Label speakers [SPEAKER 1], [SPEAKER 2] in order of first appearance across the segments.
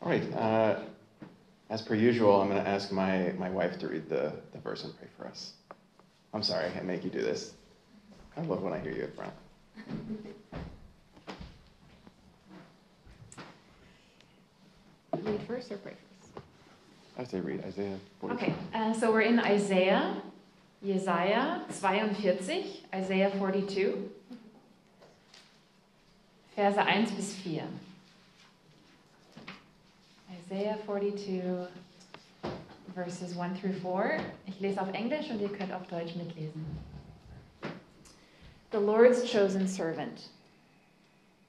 [SPEAKER 1] All right. Uh, as per usual, I'm going to ask my, my wife to read the, the verse and pray for us. I'm sorry I make you do this. I love when I hear you up front.
[SPEAKER 2] Read first or pray first?
[SPEAKER 1] I say read Isaiah 45.
[SPEAKER 2] Okay, uh, so we're in Isaiah, Jesaja 42, Isaiah 42, Verse 1 bis 4. Isaiah 42, Verses 1 through 4. Ich lese auf Englisch und ihr könnt auf Deutsch mitlesen.
[SPEAKER 3] The Lord's chosen servant.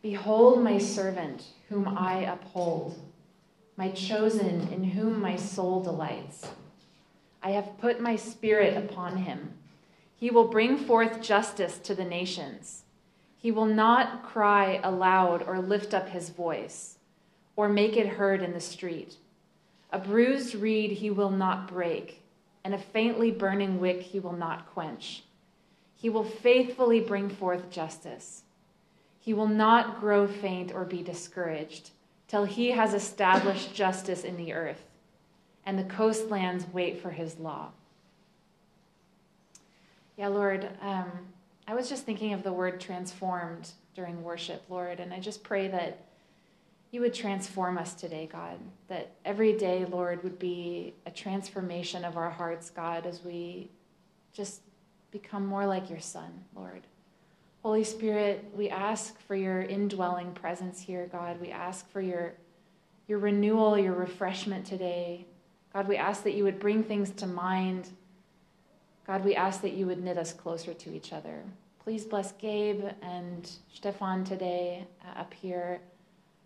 [SPEAKER 3] Behold my servant, whom I uphold, my chosen, in whom my soul delights. I have put my spirit upon him. He will bring forth justice to the nations. He will not cry aloud or lift up his voice or make it heard in the street. A bruised reed he will not break, and a faintly burning wick he will not quench. He will faithfully bring forth justice. He will not grow faint or be discouraged till he has established justice in the earth, and the coastlands wait for his law. Yeah, Lord, um, I was just thinking of the word transformed during worship, Lord, and I just pray that you would transform us today, God, that every day, Lord, would be a transformation of our hearts, God, as we just become more like your Son, Lord. Holy Spirit, we ask for your indwelling presence here, God. We ask for your, your renewal, your refreshment today. God, we ask that you would bring things to mind. God, we ask that you would knit us closer to each other. Please bless Gabe and Stefan today uh, up here.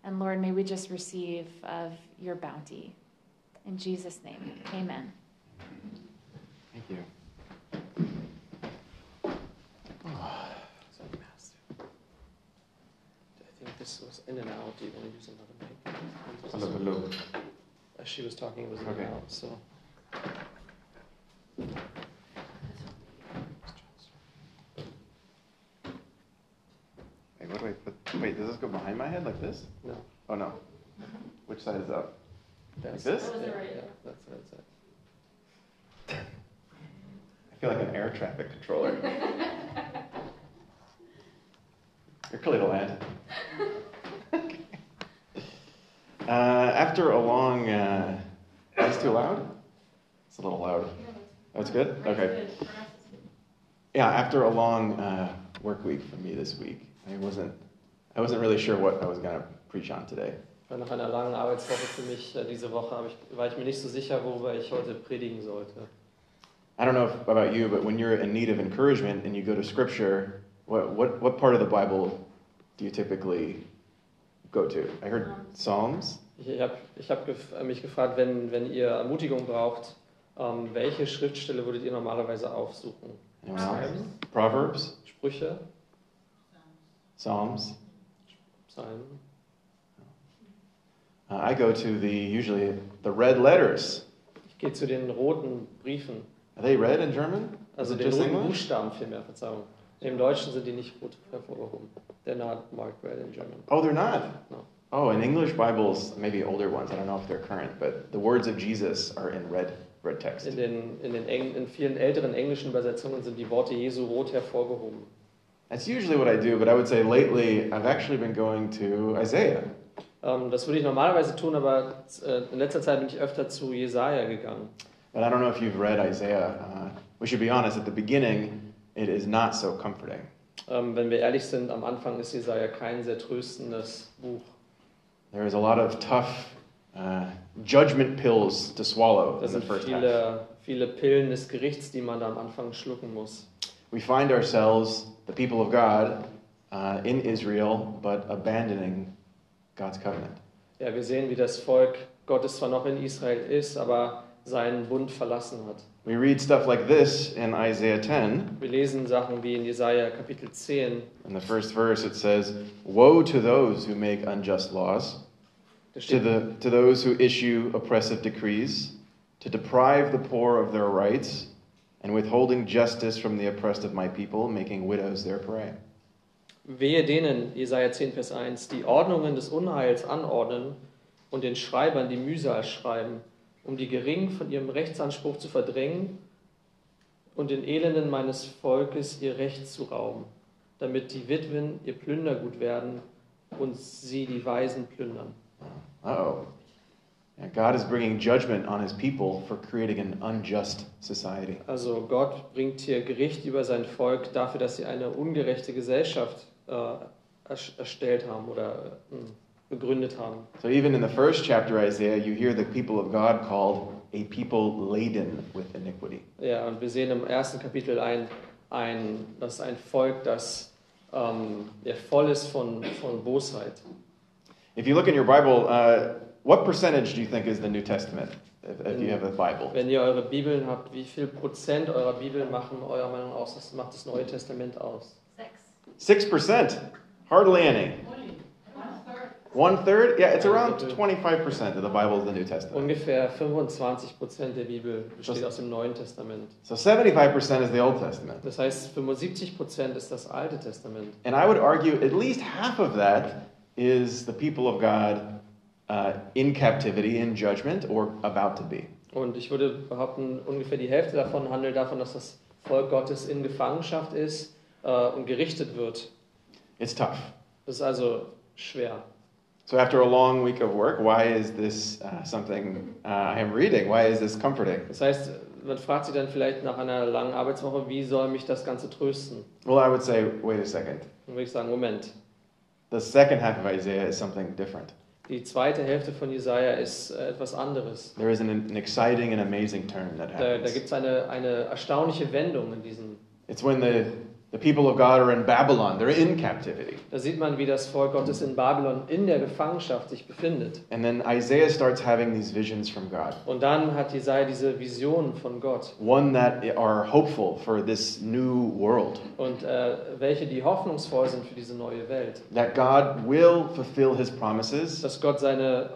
[SPEAKER 3] And Lord, may we just receive of your bounty. In Jesus' name, amen.
[SPEAKER 1] Thank you.
[SPEAKER 4] So massive. I think this was in and out. Do you want to use another mic?
[SPEAKER 1] Hello, hello.
[SPEAKER 4] As she was talking, it was in
[SPEAKER 1] Okay.
[SPEAKER 4] and out. So.
[SPEAKER 1] Wait, what do I put? Wait, does this go behind my head like this?
[SPEAKER 4] No.
[SPEAKER 1] Oh no. Which side is up?
[SPEAKER 4] That's
[SPEAKER 1] this?
[SPEAKER 4] Yeah,
[SPEAKER 1] That
[SPEAKER 4] yeah, that's what it's at.
[SPEAKER 1] I feel like an air traffic controller. You're clear to land. uh, after a long, uh, that's too loud. It's a little loud. That's good. Okay. Yeah, after a long uh, work week for me this week, I wasn't, I wasn't really sure what I was gonna preach on today.
[SPEAKER 4] Weil nach einer langen Arbeitswoche für mich äh, diese Woche hab ich, war ich mir nicht so sicher, worüber ich heute predigen sollte.
[SPEAKER 1] I don't know if, about you, but when you're in need of encouragement and you go to Scripture, what, what, what part of the Bible do you typically go to? I heard Psalms.
[SPEAKER 4] Ich, ich habe ich hab gef äh, mich gefragt, wenn, wenn ihr Ermutigung braucht, ähm, welche Schriftstelle würdet ihr normalerweise aufsuchen?
[SPEAKER 1] Anyone else? Proverbs.
[SPEAKER 4] Sprüche?
[SPEAKER 1] Psalms.
[SPEAKER 4] Psalmen?
[SPEAKER 1] Uh, I go to the usually the red letters.
[SPEAKER 4] Ich gehe zu den roten Briefen.
[SPEAKER 1] Are they red in German? Is
[SPEAKER 4] Also
[SPEAKER 1] it
[SPEAKER 4] den
[SPEAKER 1] just
[SPEAKER 4] roten
[SPEAKER 1] English?
[SPEAKER 4] Buchstaben vielmehr, Verzeihung. Im Deutschen sind die nicht rot hervorgehoben. They're not marked red in German.
[SPEAKER 1] Oh, they're not.
[SPEAKER 4] No.
[SPEAKER 1] Oh, in English Bibles, maybe older ones. I don't know if they're current, but the words of Jesus are in red red text.
[SPEAKER 4] In, den, in, den Eng, in vielen älteren englischen Übersetzungen sind die Worte Jesu rot hervorgehoben.
[SPEAKER 1] That's usually what I do, but I would say lately I've actually been going to Isaiah.
[SPEAKER 4] Ähm, das würde ich normalerweise tun, aber äh, in letzter Zeit bin ich öfter zu Jesaja gegangen.
[SPEAKER 1] But I don't know if you've read Isaiah. Uh, we should be honest, at the beginning, it is not so comforting.
[SPEAKER 4] Ähm, wenn wir ehrlich sind, am Anfang ist Jesaja kein sehr tröstendes Buch.
[SPEAKER 1] There is a lot of tough uh, judgment pills to swallow
[SPEAKER 4] Da
[SPEAKER 1] in the
[SPEAKER 4] sind
[SPEAKER 1] first half.
[SPEAKER 4] viele, viele Pillen des Gerichts, die man da am Anfang schlucken muss.
[SPEAKER 1] We find ourselves, the people of God, uh, in Israel, but abandoning God's covenant.
[SPEAKER 4] Ja, wir sehen, wie das Volk Gottes zwar noch in Israel ist, aber seinen Bund verlassen hat.
[SPEAKER 1] We read stuff like this in Isaiah 10.
[SPEAKER 4] Wir lesen Sachen wie in Jesaja Kapitel 10.
[SPEAKER 1] In the first verse, it says, Woe to those who make unjust laws. to,
[SPEAKER 4] Da steht,
[SPEAKER 1] the, to those who issue oppressive decrees, to deprive the poor of their rights, and withholding justice from the oppressed of my people, making widows their prey.
[SPEAKER 4] Wehe denen, Jesaja 10, Vers 1, die Ordnungen des Unheils anordnen und den Schreibern die Mühsal schreiben, um die Geringen von ihrem Rechtsanspruch zu verdrängen und den Elenden meines Volkes ihr Recht zu rauben, damit die Witwen ihr Plündergut werden und sie die Weisen plündern.
[SPEAKER 1] Uh-oh. Yeah, God is bringing judgment on his people for creating an unjust society.
[SPEAKER 4] Also Gott bringt hier Gericht über sein Volk dafür, dass sie eine ungerechte Gesellschaft äh, ersch- erstellt haben oder äh, begründet haben.
[SPEAKER 1] So even in the first chapter, Isaiah, you hear the people of God called a people laden with iniquity.
[SPEAKER 4] Ja, und wir sehen im ersten Kapitel ein, ein dass ein Volk, das ähm, ja, voll ist von, von Bosheit.
[SPEAKER 1] If you look in your Bible, uh, what percentage do you think is the New Testament? If, if you have a Bible,
[SPEAKER 4] Wenn ihr eure Bibeln habt, wie viel Prozent eurer Bibel machen eurer Meinung aus, das macht das Neue Testament aus?
[SPEAKER 2] Sex.
[SPEAKER 1] six percent, hardly any. One third? Yeah, it's around twenty-five percent of the Bible is the New Testament.
[SPEAKER 4] Ungefähr 25 Prozent der Bibel besteht aus dem Neuen Testament.
[SPEAKER 1] So seventy-five percent is the Old Testament.
[SPEAKER 4] Das heißt, 75 Prozent ist das Alte Testament.
[SPEAKER 1] And I would argue at least half of that is the people of God uh, in captivity, in judgment, or about to be.
[SPEAKER 4] Und ich würde behaupten, ungefähr die Hälfte davon handelt davon, dass das Volk Gottes in Gefangenschaft ist äh, und gerichtet wird.
[SPEAKER 1] It's tough.
[SPEAKER 4] Das ist also schwer.
[SPEAKER 1] So after a long week of work, why is this uh, something uh, I am reading? Why is this comforting?
[SPEAKER 4] Das heißt, man fragt sich dann vielleicht nach einer langen Arbeitswoche, wie soll mich das Ganze trösten?
[SPEAKER 1] Well, I would say, wait a second.
[SPEAKER 4] Dann würde ich sagen, Moment.
[SPEAKER 1] The second half of Isaiah is something different.
[SPEAKER 4] Die zweite Hälfte von Jesaja ist äh, etwas anderes.
[SPEAKER 1] There is an, an exciting and amazing turn that
[SPEAKER 4] Da, da
[SPEAKER 1] happens.
[SPEAKER 4] gibt es eine, eine erstaunliche Wendung in diesem.
[SPEAKER 1] It's when the, the people of God are in Babylon, they're in captivity.
[SPEAKER 4] Da sieht man, wie das Volk Gottes in Babylon in der Gefangenschaft sich befindet.
[SPEAKER 1] And then Isaiah starts having these visions from God.
[SPEAKER 4] Und dann hat Jesaja diese Vision von Gott
[SPEAKER 1] one that are hopeful for this new world.
[SPEAKER 4] und äh, welche die hoffnungsvoll sind für diese neue Welt.
[SPEAKER 1] That God will fulfill his promises
[SPEAKER 4] Dass Gott seine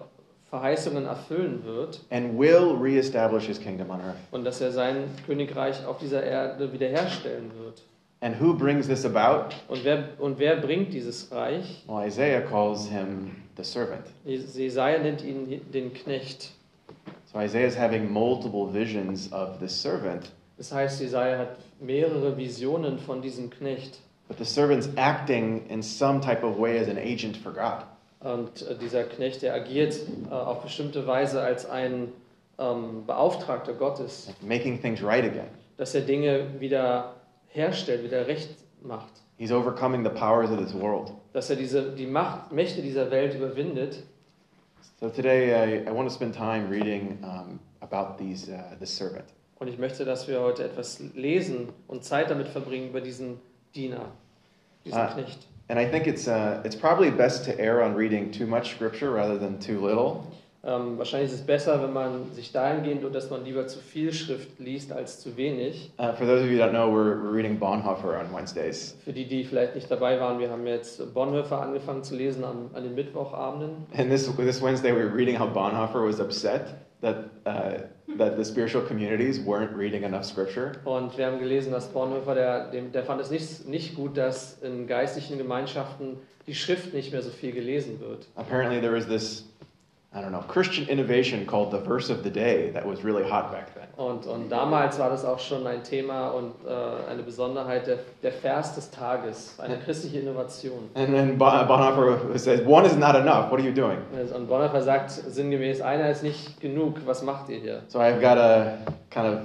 [SPEAKER 4] Verheißungen erfüllen wird
[SPEAKER 1] and will reestablish his kingdom on earth.
[SPEAKER 4] und dass er sein Königreich auf dieser Erde wiederherstellen wird.
[SPEAKER 1] And who brings this about?
[SPEAKER 4] Und wer, und wer bringt dieses Reich?
[SPEAKER 1] Well, Isaiah calls him the servant.
[SPEAKER 4] Jes- Jesaja nennt ihn den Knecht.
[SPEAKER 1] So Isaiah is having multiple visions of the servant,
[SPEAKER 4] Das heißt, Jesaja hat mehrere Visionen von diesem Knecht.
[SPEAKER 1] but the servant's acting in some type of way as an agent for God.
[SPEAKER 4] Und äh, dieser Knecht, der agiert äh, auf bestimmte Weise als ein ähm, Beauftragter Gottes,
[SPEAKER 1] like making things right again.
[SPEAKER 4] dass er Dinge wieder herstellt, wieder recht macht.
[SPEAKER 1] He's overcoming the powers of this world.
[SPEAKER 4] Dass er diese, die Macht, Mächte dieser Welt überwindet.
[SPEAKER 1] So today I, I want to spend time reading um, about these, uh, the servant.
[SPEAKER 4] Und ich möchte, dass wir heute etwas lesen und Zeit damit verbringen über diesen Diener, diesen
[SPEAKER 1] Ah.
[SPEAKER 4] Knecht.
[SPEAKER 1] And I think it's, uh, it's probably best to err on reading too much scripture rather than too little.
[SPEAKER 4] Ähm, wahrscheinlich ist es besser, wenn man sich dahingehend und dass man lieber zu viel Schrift liest als zu wenig.
[SPEAKER 1] Uh, for those of you who don't know, we're, we're reading Bonhoeffer on Wednesdays.
[SPEAKER 4] Für die, die vielleicht nicht dabei waren, wir haben jetzt Bonhoeffer angefangen zu lesen an, an den Mittwochabenden.
[SPEAKER 1] And this, this Wednesday, we were reading how Bonhoeffer was upset that, uh, that the spiritual communities weren't reading enough scripture.
[SPEAKER 4] Und wir haben gelesen, dass Bonhoeffer, der, dem, der fand es nicht, nicht gut, dass in geistlichen Gemeinschaften die Schrift nicht mehr so viel gelesen wird.
[SPEAKER 1] Apparently, there was this, I don't know, Christian innovation called the verse of the day that was really hot back then.
[SPEAKER 4] Und, und damals war das auch schon ein Thema und äh, eine Besonderheit, der, der Vers des Tages, eine christliche Innovation.
[SPEAKER 1] And then Bon- Bonhoeffer says, One is not enough. What are you doing?
[SPEAKER 4] Also, Und Bonhoeffer sagt sinngemäß, einer ist nicht genug, was macht ihr hier?
[SPEAKER 1] So I've got a kind of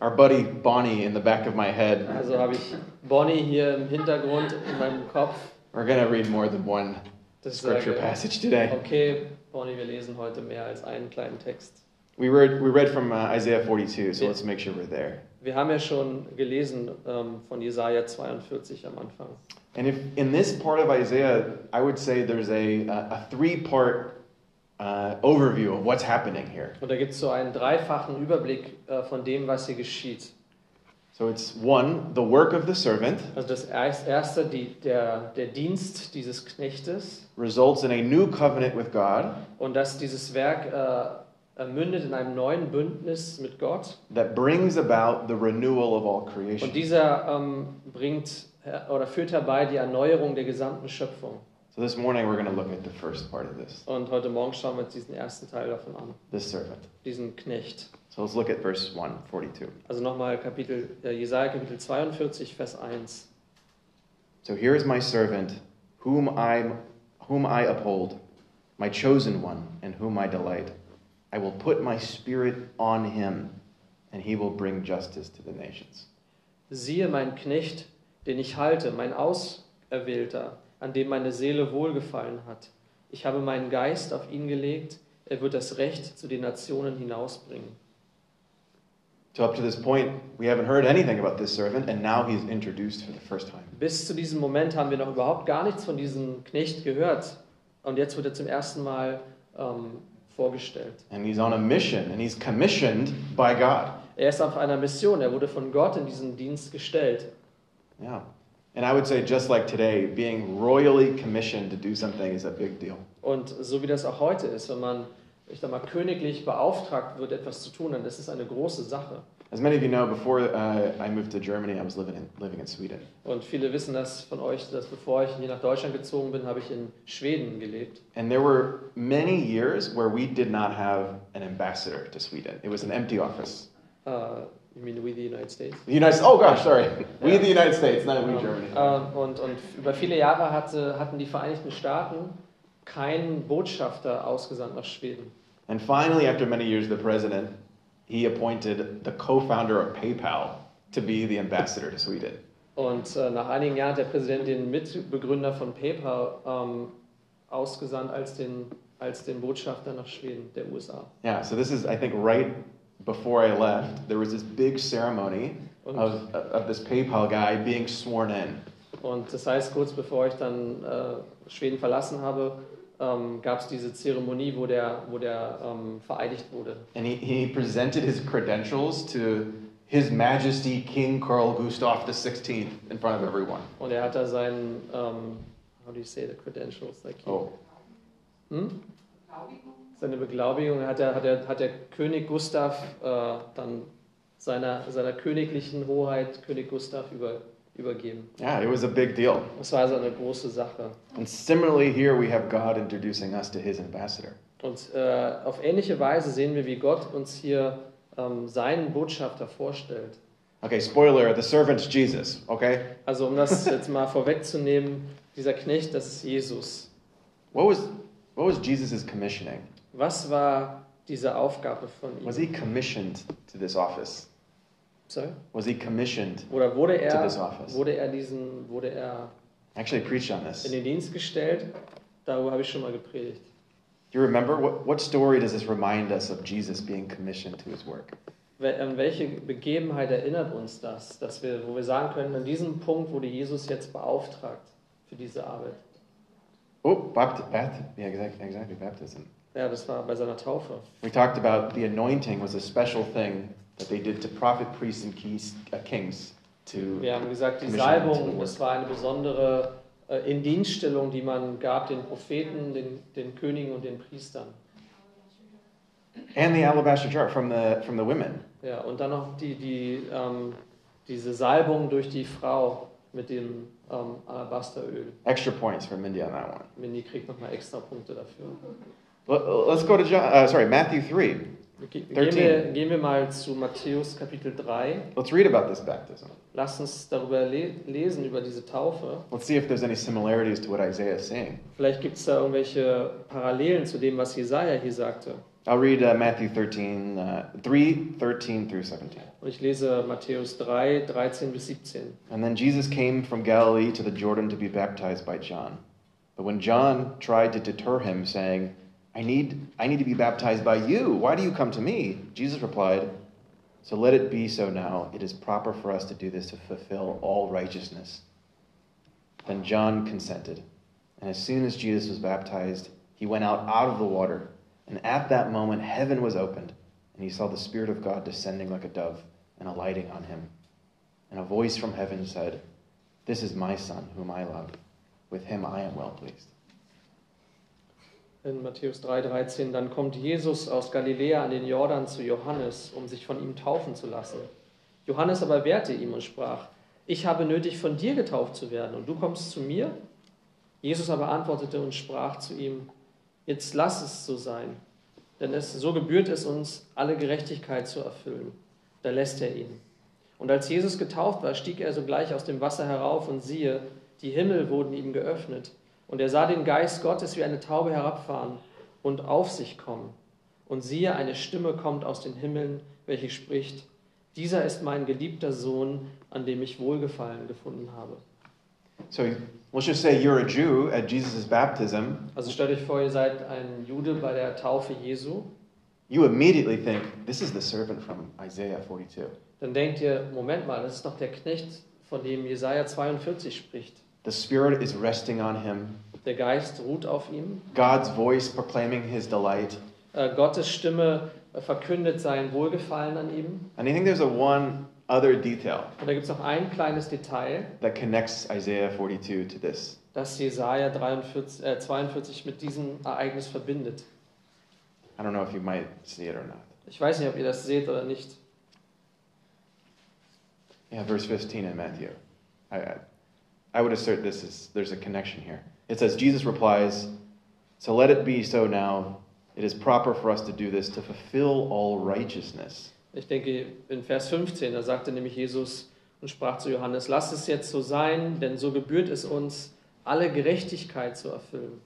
[SPEAKER 1] our buddy Bonnie in the back of my head.
[SPEAKER 4] Also habe ich Bonnie hier im Hintergrund in meinem Kopf.
[SPEAKER 1] We're going to read more than one
[SPEAKER 4] Das ist
[SPEAKER 1] scripture passage today.
[SPEAKER 4] Okay, Bonnie, wir lesen heute mehr als einen kleinen Text.
[SPEAKER 1] We read, we read from uh, Isaiah 42, so let's make sure we're there.
[SPEAKER 4] Wir haben ja schon gelesen ähm, von Jesaja 42 am Anfang.
[SPEAKER 1] And if in this part of Isaiah, I would say there's a, a a three-part uh, overview of what's happening here.
[SPEAKER 4] Und da gibt es so einen dreifachen Überblick äh, von dem, was hier geschieht.
[SPEAKER 1] So it's one, the work of the servant
[SPEAKER 4] Also das erst- erste, die, der, der Dienst dieses Knechtes
[SPEAKER 1] results in a new covenant with God
[SPEAKER 4] und dass dieses Werk äh, mündet in einem neuen Bündnis mit Gott.
[SPEAKER 1] that brings about the renewal of all
[SPEAKER 4] Und
[SPEAKER 1] creation.
[SPEAKER 4] äh, dieser ähm, bringt her- oder führt herbei die Erneuerung der gesamten Schöpfung.
[SPEAKER 1] So So this morning we're going to look at the first part of this,
[SPEAKER 4] Und heute Morgen schauen wir uns diesen ersten Teil davon an,
[SPEAKER 1] the servant.
[SPEAKER 4] diesen Knecht.
[SPEAKER 1] So let's look at verse 1, 42.
[SPEAKER 4] Also nochmal Kapitel, äh, Jesaja Kapitel 42, Vers 1.
[SPEAKER 1] So here is my servant, whom I, whom I uphold, my chosen one, in whom I delight. I will put my spirit on him, and he will bring justice to the nations.
[SPEAKER 4] Siehe mein Knecht, den ich halte, mein Auserwählter, an dem meine Seele wohlgefallen hat. Ich habe meinen Geist auf ihn gelegt, er wird das Recht zu den Nationen hinausbringen.
[SPEAKER 1] So up to this point, we haven't heard anything about this servant, and now he's introduced for the first time.
[SPEAKER 4] Bis zu diesem Moment haben wir noch überhaupt gar nichts von diesem Knecht gehört. Und jetzt wird er zum ersten Mal ähm, vorgestellt.
[SPEAKER 1] And he's on a mission, and he's commissioned by God.
[SPEAKER 4] Er ist auf einer Mission, er wurde von Gott in diesen Dienst gestellt.
[SPEAKER 1] Yeah. And I would say, just like today, being royally commissioned to do something is a big deal.
[SPEAKER 4] Und so wie das auch heute ist, wenn man, ich sag mal, königlich beauftragt wird, etwas zu tun, dann ist es eine große Sache.
[SPEAKER 1] As many of you know, before uh, I moved to Germany, I was living in, living in Sweden.
[SPEAKER 4] Und viele wissen das von euch, dass bevor ich hier nach Deutschland gezogen bin, habe ich in Schweden gelebt.
[SPEAKER 1] And there were many years where we did not have an ambassador to Sweden. It was an empty office.
[SPEAKER 4] Äh, you mean we the United States?
[SPEAKER 1] The United oh gosh, sorry. We
[SPEAKER 4] Yeah.
[SPEAKER 1] the United States, not we
[SPEAKER 4] Ähm,
[SPEAKER 1] Germany.
[SPEAKER 4] äh, und, und über viele Jahre hatte, hatten die Vereinigten Staaten keinen Botschafter ausgesandt nach Schweden.
[SPEAKER 1] and finally, after many years, the president, he appointed the co-founder of PayPal to be the ambassador to Sweden.
[SPEAKER 4] Und äh, nach einigen Jahren hat der Präsident den Mitbegründer von PayPal ähm, ausgesandt als den, als den Botschafter nach Schweden, der USA.
[SPEAKER 1] Yeah, so this is, I think, right before I left, there was this big ceremony
[SPEAKER 4] Und,
[SPEAKER 1] of, of this PayPal guy being sworn in.
[SPEAKER 4] und das heißt, kurz bevor ich dann äh, Schweden verlassen habe, ähm, gab es diese Zeremonie, wo der, wo der ähm, vereidigt wurde.
[SPEAKER 1] And he, he presented his credentials to His Majesty King Carl Gustav the 16th in front of everyone.
[SPEAKER 4] Und er hat da seinen, ähm, how do you say the credentials? Like he-
[SPEAKER 1] Oh,
[SPEAKER 4] Hm? Seine Beglaubigung hat der, hat der, hat der König Gustav äh, dann seiner, seiner königlichen Hoheit König Gustav über, übergeben.
[SPEAKER 1] yeah, it was a big deal.
[SPEAKER 4] Das war also eine große Sache.
[SPEAKER 1] And similarly, here we have God introducing us to His ambassador.
[SPEAKER 4] Und äh, auf ähnliche Weise sehen wir, wie Gott uns hier ähm, seinen Botschafter vorstellt.
[SPEAKER 1] Okay, spoiler: the servant's Jesus. Okay,
[SPEAKER 4] Also um das jetzt mal vorwegzunehmen, dieser Knecht, das ist Jesus.
[SPEAKER 1] what was what was Jesus's commissioning?
[SPEAKER 4] Was war diese Aufgabe von
[SPEAKER 1] Was
[SPEAKER 4] ihm?
[SPEAKER 1] he commissioned to this office?
[SPEAKER 4] Sorry?
[SPEAKER 1] Was he commissioned
[SPEAKER 4] Oder wurde
[SPEAKER 1] to
[SPEAKER 4] er,
[SPEAKER 1] this office?
[SPEAKER 4] wurde er diesen, wurde er
[SPEAKER 1] I actually preached on this.
[SPEAKER 4] in
[SPEAKER 1] Do
[SPEAKER 4] den Dienst gestellt. Darüber habe ich schon mal gepredigt.
[SPEAKER 1] you remember what what story does this remind us of Jesus being commissioned to his work?
[SPEAKER 4] Wel- An welche Begebenheit erinnert uns das, dass wir, wo wir sagen können, an diesem Punkt wurde Jesus jetzt beauftragt für diese Arbeit?
[SPEAKER 1] Oh, bapt, bapt, yeah, exactly, exactly, baptism.
[SPEAKER 4] Ja, das war bei seiner Taufe.
[SPEAKER 1] We talked about the anointing was a special thing that they did to prophet, priests, and keys, uh, kings to
[SPEAKER 4] Wir haben gesagt, die
[SPEAKER 1] Commission to the
[SPEAKER 4] Salbung,
[SPEAKER 1] work.
[SPEAKER 4] das war eine besondere äh, Indienststellung, die man gab den Propheten, den, den Königen und den Priestern.
[SPEAKER 1] and the alabaster jar from the from the women.
[SPEAKER 4] Ja, und dann noch die, die, ähm, diese Salbung durch die Frau mit dem ähm, Alabasteröl.
[SPEAKER 1] Extra points for Mindy on that one.
[SPEAKER 4] Mindy kriegt nochmal extra Punkte dafür.
[SPEAKER 1] Let- Let's go to John, uh, sorry Matthew three.
[SPEAKER 4] Ge- Gehen
[SPEAKER 1] 13.
[SPEAKER 4] wir, gehen wir mal zu Matthäus Kapitel 3.
[SPEAKER 1] Let's read about this baptism.
[SPEAKER 4] Lasst uns darüber le lesen, über diese Taufe.
[SPEAKER 1] Let's see if there's any similarities to what Isaiah is saying.
[SPEAKER 4] Vielleicht gibt es da irgendwelche Parallelen zu dem, was Jesaja hier sagte.
[SPEAKER 1] I'll read uh, Matthew 13, uh, 3, 13 through 17.
[SPEAKER 4] Und ich lese Matthäus 3, 13 bis 17.
[SPEAKER 1] And then Jesus came from Galilee to the Jordan to be baptized by John. But when John tried to deter him, saying, I need, I need to be baptized by you. Why do you come to me? Jesus replied, So let it be so now. It is proper for us to do this to fulfill all righteousness. Then John consented. And as soon as Jesus was baptized, he went out out of the water. And at that moment, heaven was opened, and he saw the Spirit of God descending like a dove and alighting on him. And a voice from heaven said, This is my Son, whom I love. With him I am well pleased.
[SPEAKER 4] In Matthäus 3, 13. Dann kommt Jesus aus Galiläa an den Jordan zu Johannes, um sich von ihm taufen zu lassen. Johannes aber wehrte ihm und sprach: Ich habe nötig, von dir getauft zu werden, und du kommst zu mir? Jesus aber antwortete und sprach zu ihm, jetzt lass es so sein, denn es, so gebührt es uns, alle Gerechtigkeit zu erfüllen. Da lässt er ihn. Und als Jesus getauft war, stieg er sogleich aus dem Wasser herauf und siehe, die Himmel wurden ihm geöffnet. Und er sah den Geist Gottes wie eine Taube herabfahren und auf sich kommen. Und siehe, eine Stimme kommt aus den Himmeln, welche spricht, dieser ist mein geliebter Sohn, an dem ich Wohlgefallen gefunden habe.
[SPEAKER 1] So let's just say you're a Jew at Jesus' baptism.
[SPEAKER 4] Also stellt euch vor, ihr seid ein Jude bei der Taufe Jesu.
[SPEAKER 1] You immediately think, this is the servant from Isaiah 42.
[SPEAKER 4] Dann denkt ihr, Moment mal, das ist doch der Knecht, von dem Jesaja 42 spricht.
[SPEAKER 1] The Spirit is resting on him,
[SPEAKER 4] Der Geist ruht auf ihm.
[SPEAKER 1] God's voice proclaiming his delight.
[SPEAKER 4] Äh, Gottes Stimme äh, verkündet sein Wohlgefallen an ihm.
[SPEAKER 1] And I think there's a one other detail
[SPEAKER 4] Und da gibt es noch ein kleines Detail,
[SPEAKER 1] that connects Isaiah 42 to this.
[SPEAKER 4] das Jesaja 43, äh, 42 mit diesem Ereignis verbindet.
[SPEAKER 1] I don't know if you might see it or not.
[SPEAKER 4] Ich weiß nicht, ob ihr das seht oder nicht.
[SPEAKER 1] Yeah, verse 15 in Matthew. I, I, I would assert this is there's a connection here. It says Jesus replies, "So let it be so now. It is proper for us to do this to fulfill all righteousness."
[SPEAKER 4] Ich denke, in Vers 15, da sagte nämlich Jesus und sprach zu Johannes, lasst es jetzt so sein, denn so gebührt es uns, alle Gerechtigkeit zu erfüllen.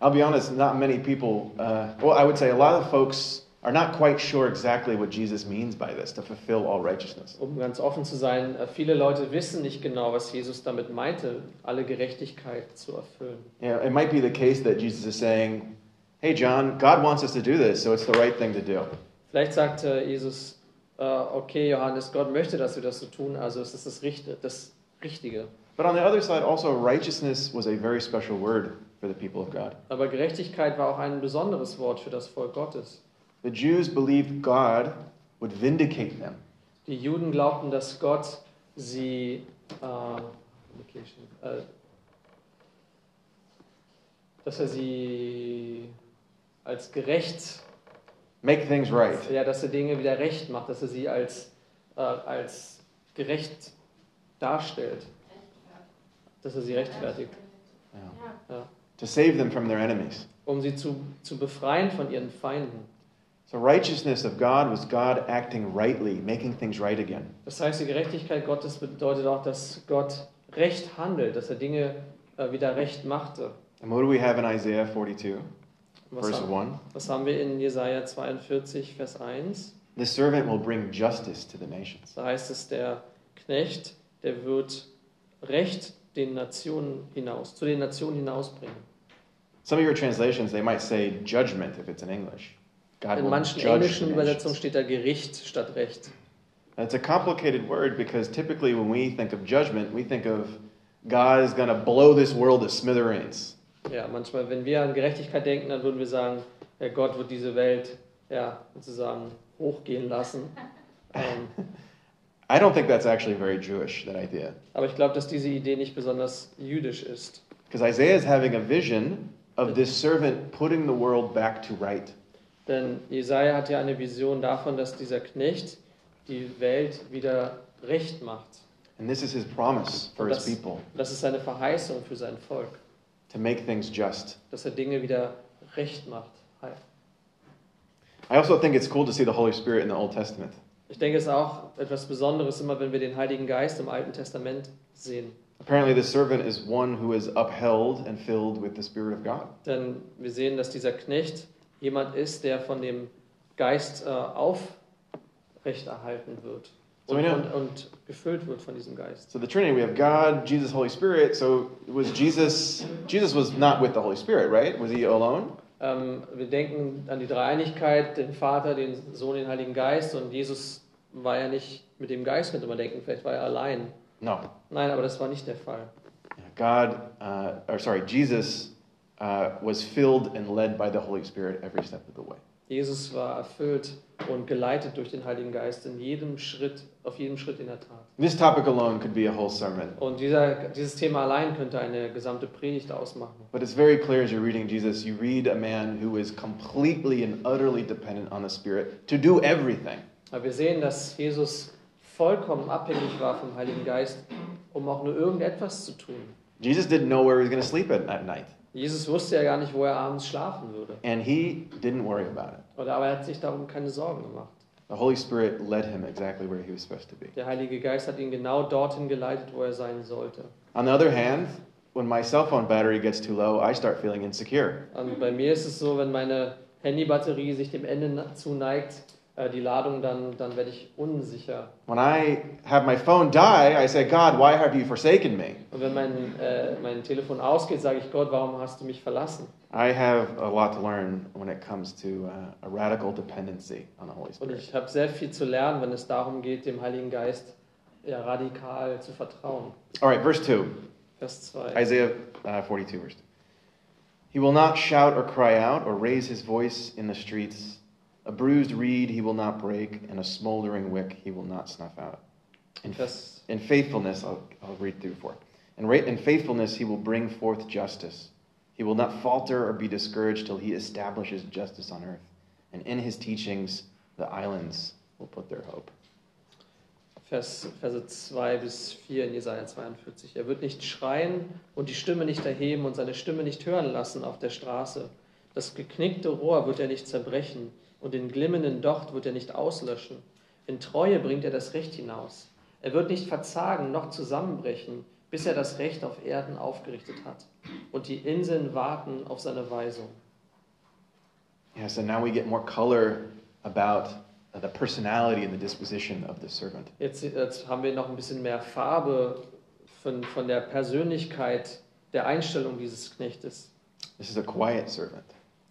[SPEAKER 1] I'll be honest, not many people. Uh, well, I would say a lot of folks are not quite sure exactly what Jesus means by this to fulfill all righteousness.
[SPEAKER 4] Um ganz offen zu sein, äh, viele Leute wissen nicht genau, was Jesus damit meinte, alle Gerechtigkeit zu erfüllen.
[SPEAKER 1] You know, it might be the case that Jesus is saying, "Hey, John, God wants us to do this, so it's the right thing to do."
[SPEAKER 4] Vielleicht sagte Jesus, äh, okay Johannes, Gott möchte, dass wir das so tun, also es ist das, Richte, das Richtige.
[SPEAKER 1] But on the other side, also righteousness was a very special word for the people of God.
[SPEAKER 4] Aber Gerechtigkeit war auch ein besonderes Wort für das Volk Gottes.
[SPEAKER 1] The Jews believed God would vindicate them.
[SPEAKER 4] Die Juden glaubten, dass Gott sie, äh, Location, äh, dass er sie als gerecht,
[SPEAKER 1] Make things right.
[SPEAKER 4] ja, dass er Dinge wieder recht macht, dass er sie als, äh, als gerecht darstellt, dass er sie rechtfertigt,
[SPEAKER 1] Yeah.
[SPEAKER 4] Ja.
[SPEAKER 1] To save them from their enemies.
[SPEAKER 4] um sie zu, zu befreien von ihren Feinden.
[SPEAKER 1] So, righteousness of God was God acting rightly, making things right again.
[SPEAKER 4] Das heißt, die Gerechtigkeit Gottes bedeutet auch, dass Gott recht handelt, dass er Dinge äh, wieder recht machte.
[SPEAKER 1] And what do we have in Isaiah 42,
[SPEAKER 4] Was
[SPEAKER 1] verse
[SPEAKER 4] haben-
[SPEAKER 1] 1?
[SPEAKER 4] Was haben wir in Jesaja 42, Vers 1?
[SPEAKER 1] The servant will bring justice to the nations.
[SPEAKER 4] Da heißt es, der Knecht, der wird Recht den Nationen hinaus, zu den Nationen hinausbringen.
[SPEAKER 1] Some of your translations, they might say judgment if it's in English. God
[SPEAKER 4] In
[SPEAKER 1] will
[SPEAKER 4] manchen
[SPEAKER 1] judge the
[SPEAKER 4] englischen Übersetzungen
[SPEAKER 1] nations.
[SPEAKER 4] steht da Gericht statt Recht.
[SPEAKER 1] It's a complicated word because typically when we think of judgment, we think of God is going to blow this world to smithereens.
[SPEAKER 4] Ja, manchmal, wenn wir an Gerechtigkeit denken, dann würden wir sagen, ja, Gott wird diese Welt ja, sozusagen hochgehen lassen. Ähm,
[SPEAKER 1] I don't think that's actually very Jewish, that idea.
[SPEAKER 4] aber ich glaube, dass diese Idee nicht besonders jüdisch ist.
[SPEAKER 1] Because Isaiah is having a vision of this servant putting the world back to right.
[SPEAKER 4] Denn Jesaja hat ja eine Vision davon, dass dieser Knecht die Welt wieder recht macht.
[SPEAKER 1] And this is his promise for his
[SPEAKER 4] That's-
[SPEAKER 1] people
[SPEAKER 4] Das ist seine Verheißung für sein Volk,
[SPEAKER 1] to make things just.
[SPEAKER 4] dass er Dinge wieder recht macht.
[SPEAKER 1] I also think it's cool to see the Holy Spirit in the Old Testament.
[SPEAKER 4] Ich denke, es ist auch etwas Besonderes immer, wenn wir den Heiligen Geist im Alten Testament sehen.
[SPEAKER 1] Apparently, the servant is one who is upheld and filled with the Spirit of God.
[SPEAKER 4] Denn wir sehen, dass dieser Knecht jemand ist, der von dem Geist äh, aufrechterhalten wird
[SPEAKER 1] So
[SPEAKER 4] und,
[SPEAKER 1] wir-
[SPEAKER 4] und, und gefüllt wird von diesem Geist.
[SPEAKER 1] So the Trinity, we have God, Jesus, Holy Spirit. So was Jesus? Jesus was not with the Holy Spirit, right? Was he alone?
[SPEAKER 4] Ähm, wir denken an die Dreieinigkeit, den Vater, den Sohn, den Heiligen Geist und Jesus war ja nicht mit dem Geist, könnte man denken, vielleicht war er allein.
[SPEAKER 1] No.
[SPEAKER 4] Nein, aber das war nicht der Fall.
[SPEAKER 1] God, uh, or sorry, Jesus uh, was filled and led by the Holy Spirit every step of the way.
[SPEAKER 4] Jesus war erfüllt und geleitet durch den Heiligen Geist in jedem Schritt, auf jedem Schritt in der Tat.
[SPEAKER 1] This topic alone could be a whole sermon,
[SPEAKER 4] Und dieser, dieses Thema allein könnte eine gesamte Predigt ausmachen.
[SPEAKER 1] but it's very clear as you're reading Jesus, you read a man who is completely and utterly dependent on the Spirit to do everything.
[SPEAKER 4] Aber wir sehen, dass Jesus vollkommen abhängig war vom Heiligen Geist, um auch nur irgendetwas zu tun.
[SPEAKER 1] Jesus didn't know where he was going to sleep at, at night,
[SPEAKER 4] Jesus wusste ja gar nicht, wo er abends schlafen würde.
[SPEAKER 1] and he didn't worry about it.
[SPEAKER 4] Oder aber er hat sich darum keine Sorgen gemacht.
[SPEAKER 1] The Holy Spirit led him exactly where he was supposed to be.
[SPEAKER 4] Der Heilige Geist hat ihn genau dorthin geleitet, wo er sein sollte.
[SPEAKER 1] On the other hand, when my cell phone battery gets too low, I start feeling insecure.
[SPEAKER 4] Und Also bei mir ist es so, wenn meine Handybatterie sich dem Ende na- zuneigt, äh, die Ladung, dann, dann werde ich unsicher.
[SPEAKER 1] When I have my phone die, I say, God, why have you forsaken me?
[SPEAKER 4] Und wenn mein, äh, mein Telefon ausgeht, sage ich Gott, warum hast du mich verlassen?
[SPEAKER 1] I have a lot to learn when it comes to uh, a radical dependency on the Holy
[SPEAKER 4] Und
[SPEAKER 1] Spirit.
[SPEAKER 4] ich habe sehr viel zu lernen, wenn es darum geht, dem Heiligen Geist ja, radikal zu vertrauen.
[SPEAKER 1] All right, verse 2.
[SPEAKER 4] Vers 2.
[SPEAKER 1] Isaiah uh, 42, verse 2. He will not shout or cry out or raise his voice in the streets. A bruised reed he will not break, and a smoldering wick he will not snuff out. In,
[SPEAKER 4] Vers,
[SPEAKER 1] in faithfulness, I'll, I'll read through four. In, ra- in faithfulness he will bring forth justice. He will not falter or be discouraged till he establishes justice on earth. And in his teachings, the islands will put their hope.
[SPEAKER 4] Vers, Verse 2 bis 4 in Jesaja 42. Er wird nicht schreien und die Stimme nicht erheben und seine Stimme nicht hören lassen auf der Straße. Das geknickte Rohr wird er nicht zerbrechen und den glimmenden Docht wird er nicht auslöschen. In Treue bringt er das Recht hinaus. Er wird nicht verzagen noch zusammenbrechen, bis er das Recht auf Erden aufgerichtet hat. Und die Inseln warten auf seine Weisung.
[SPEAKER 1] Yeah, so now we get more color about uh, the personality and the disposition of the servant.
[SPEAKER 4] Jetzt, jetzt haben wir noch ein bisschen mehr Farbe von, von der Persönlichkeit, der Einstellung dieses Knechtes.
[SPEAKER 1] This is a quiet servant.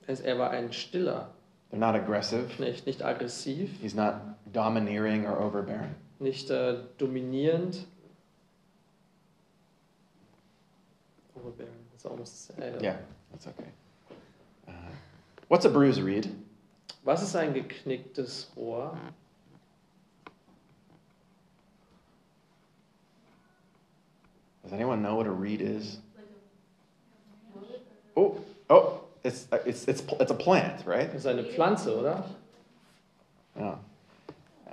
[SPEAKER 4] Es, er war ein stiller
[SPEAKER 1] They're not aggressive.
[SPEAKER 4] Knecht, nicht aggressiv,
[SPEAKER 1] He's not domineering or overbearing.
[SPEAKER 4] nicht äh, dominierend. Overbearing, it's almost, äh,
[SPEAKER 1] Yeah, that's okay. Uh, what's a bruise reed?
[SPEAKER 4] Was ist ein geknicktes Rohr?
[SPEAKER 1] Does anyone know what a reed is? Oh, oh, it's it's it's it's a plant, right?
[SPEAKER 4] Das ist eine Pflanze, oder?
[SPEAKER 1] Yeah.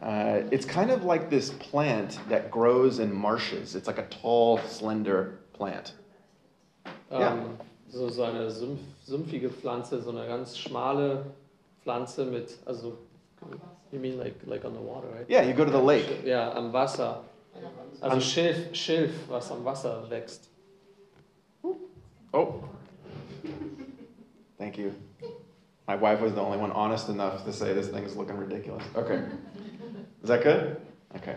[SPEAKER 1] Uh, it's kind of like this plant that grows in marshes. It's like a tall, slender plant.
[SPEAKER 4] Ähm,
[SPEAKER 1] Ja.
[SPEAKER 4] so, so eine Sumpf, sumpfige Pflanze, so eine ganz schmale Pflanze mit, also, you mean like, like on the water, right?
[SPEAKER 1] Yeah, you go to the lake.
[SPEAKER 4] Ja, am Wasser. Also
[SPEAKER 1] Am-
[SPEAKER 4] Schilf, Schilf, was am Wasser wächst.
[SPEAKER 1] Oh. Thank you. My wife was the only one honest enough to say this thing is looking ridiculous. Okay. Is that good? Okay.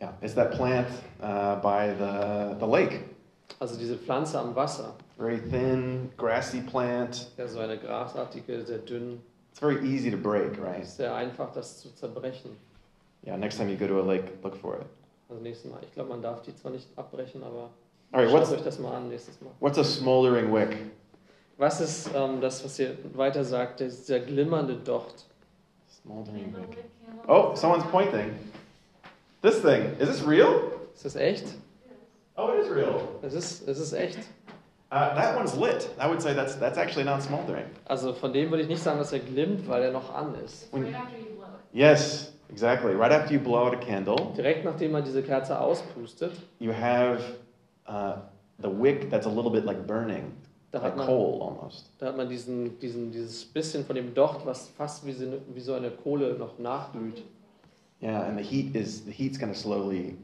[SPEAKER 1] Yeah, it's that plant uh, by the, the lake.
[SPEAKER 4] Also diese Pflanze am Wasser.
[SPEAKER 1] Very thin, grassy plant.
[SPEAKER 4] Ja, so eine grasartige, sehr dünn.
[SPEAKER 1] It's very easy to break, right?
[SPEAKER 4] Ist sehr einfach, das zu zerbrechen.
[SPEAKER 1] Yeah, next time you go to a lake, look for it.
[SPEAKER 4] Also nächstes Mal. Ich glaube, man darf die zwar nicht abbrechen, aber
[SPEAKER 1] All right,
[SPEAKER 4] schaut
[SPEAKER 1] what's,
[SPEAKER 4] euch das mal an nächstes Mal.
[SPEAKER 1] what's a smoldering wick?
[SPEAKER 4] Was ist ähm, das, was ihr weiter sagt, dieser glimmernde Docht?
[SPEAKER 1] Smoldering wick. Oh, someone's pointing. This thing. Is this real?
[SPEAKER 4] Ist das echt?
[SPEAKER 1] Oh, it is real.
[SPEAKER 4] Es ist, es ist echt.
[SPEAKER 1] Uh, that one's lit. I would say that's, that's actually not smoldering.
[SPEAKER 4] Also von dem würde ich nicht sagen, dass er glimmt, weil er noch an ist.
[SPEAKER 2] Right after you blow it.
[SPEAKER 1] Yes, exactly. Right after you blow out a candle,
[SPEAKER 4] Direkt nachdem man diese Kerze auspustet,
[SPEAKER 1] you have uh, the wick that's a little bit like burning,
[SPEAKER 4] da
[SPEAKER 1] like
[SPEAKER 4] hat man
[SPEAKER 1] coal almost.
[SPEAKER 4] Da hat man diesen, diesen, dieses bisschen von dem Docht, was fast wie so eine, wie so eine Kohle noch nachglüht.
[SPEAKER 1] Yeah, and the heat is the heat's going to slowly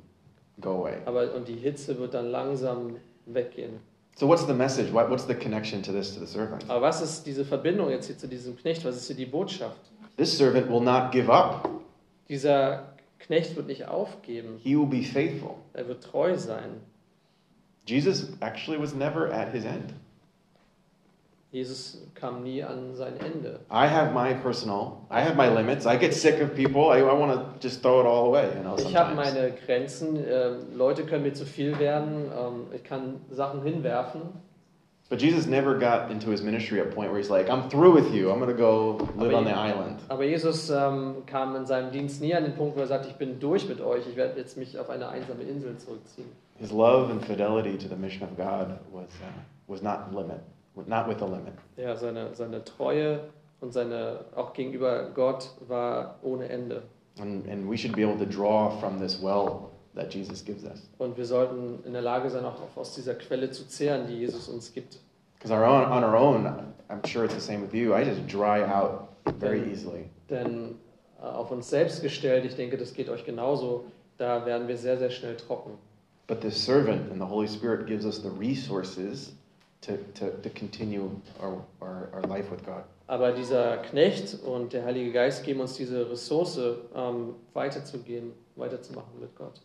[SPEAKER 1] go away.
[SPEAKER 4] Aber und die Hitze wird dann langsam weggehen.
[SPEAKER 1] So what's the message? What, what's the connection to this to the servant?
[SPEAKER 4] Aber was ist diese Verbindung jetzt hier zu diesem Knecht? Was ist hier die Botschaft?
[SPEAKER 1] This servant will not give up.
[SPEAKER 4] Dieser Knecht wird nicht aufgeben.
[SPEAKER 1] He will be faithful.
[SPEAKER 4] Er wird treu sein.
[SPEAKER 1] Jesus actually was never at his end.
[SPEAKER 4] Jesus kam nie an sein Ende.
[SPEAKER 1] I have my personal, I have my limits. I get sick of people. I, I want to just throw it all away. You know,
[SPEAKER 4] Ich habe
[SPEAKER 1] sometimes.
[SPEAKER 4] meine Grenzen. Ähm, Leute können mir zu viel werden. Ähm, ich kann Sachen hinwerfen.
[SPEAKER 1] But Jesus never got into his ministry at a point where he's like, I'm through with you. I'm going to go live on the island.
[SPEAKER 4] Aber Jesus ähm, kam in seinem Dienst nie an den Punkt, wo er sagt, ich bin durch mit euch, ich werde jetzt mich auf eine einsame Insel zurückziehen.
[SPEAKER 1] His love and fidelity to the mission of God was, uh, was not limit, not with a limit.
[SPEAKER 4] Ja, seine, seine Treue und seine auch gegenüber Gott war ohne Ende.
[SPEAKER 1] And, and we should be able to draw from this well that Jesus gives us.
[SPEAKER 4] Und wir sollten in der Lage sein, auch aus dieser Quelle zu zehren, die Jesus uns gibt.
[SPEAKER 1] Because our own, on our own, I'm sure it's the same with you, I just dry out very
[SPEAKER 4] Yeah.
[SPEAKER 1] easily.
[SPEAKER 4] Denn äh, auf uns selbst gestellt, ich denke, das geht euch genauso, da werden wir sehr, sehr schnell trocken.
[SPEAKER 1] But the servant and the Holy Spirit gives us the resources to, to, to continue our, our, our life with God.
[SPEAKER 4] Aber dieser Knecht und der Heilige Geist geben uns diese Ressource, ähm, weiterzugehen, weiterzumachen mit Gott.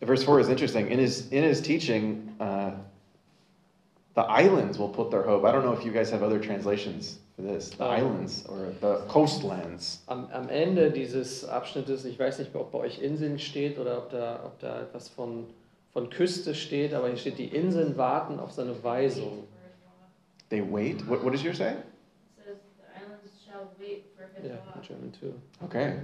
[SPEAKER 1] Verse 4 is interesting. In his, in his teaching, uh, the islands will put their hope. I don't know if you guys have other translations for this. The
[SPEAKER 4] Oh.
[SPEAKER 1] islands or the coastlands.
[SPEAKER 4] Am, am Ende dieses Abschnittes, ich weiß nicht, ob bei euch Inseln steht oder ob da, ob da etwas von, von Küste steht, aber hier steht, die Inseln warten auf seine Weisung.
[SPEAKER 1] They wait. What, what does yours say?
[SPEAKER 5] says the islands shall wait for his
[SPEAKER 4] Ja, in
[SPEAKER 5] law.
[SPEAKER 4] German too.
[SPEAKER 1] Okay.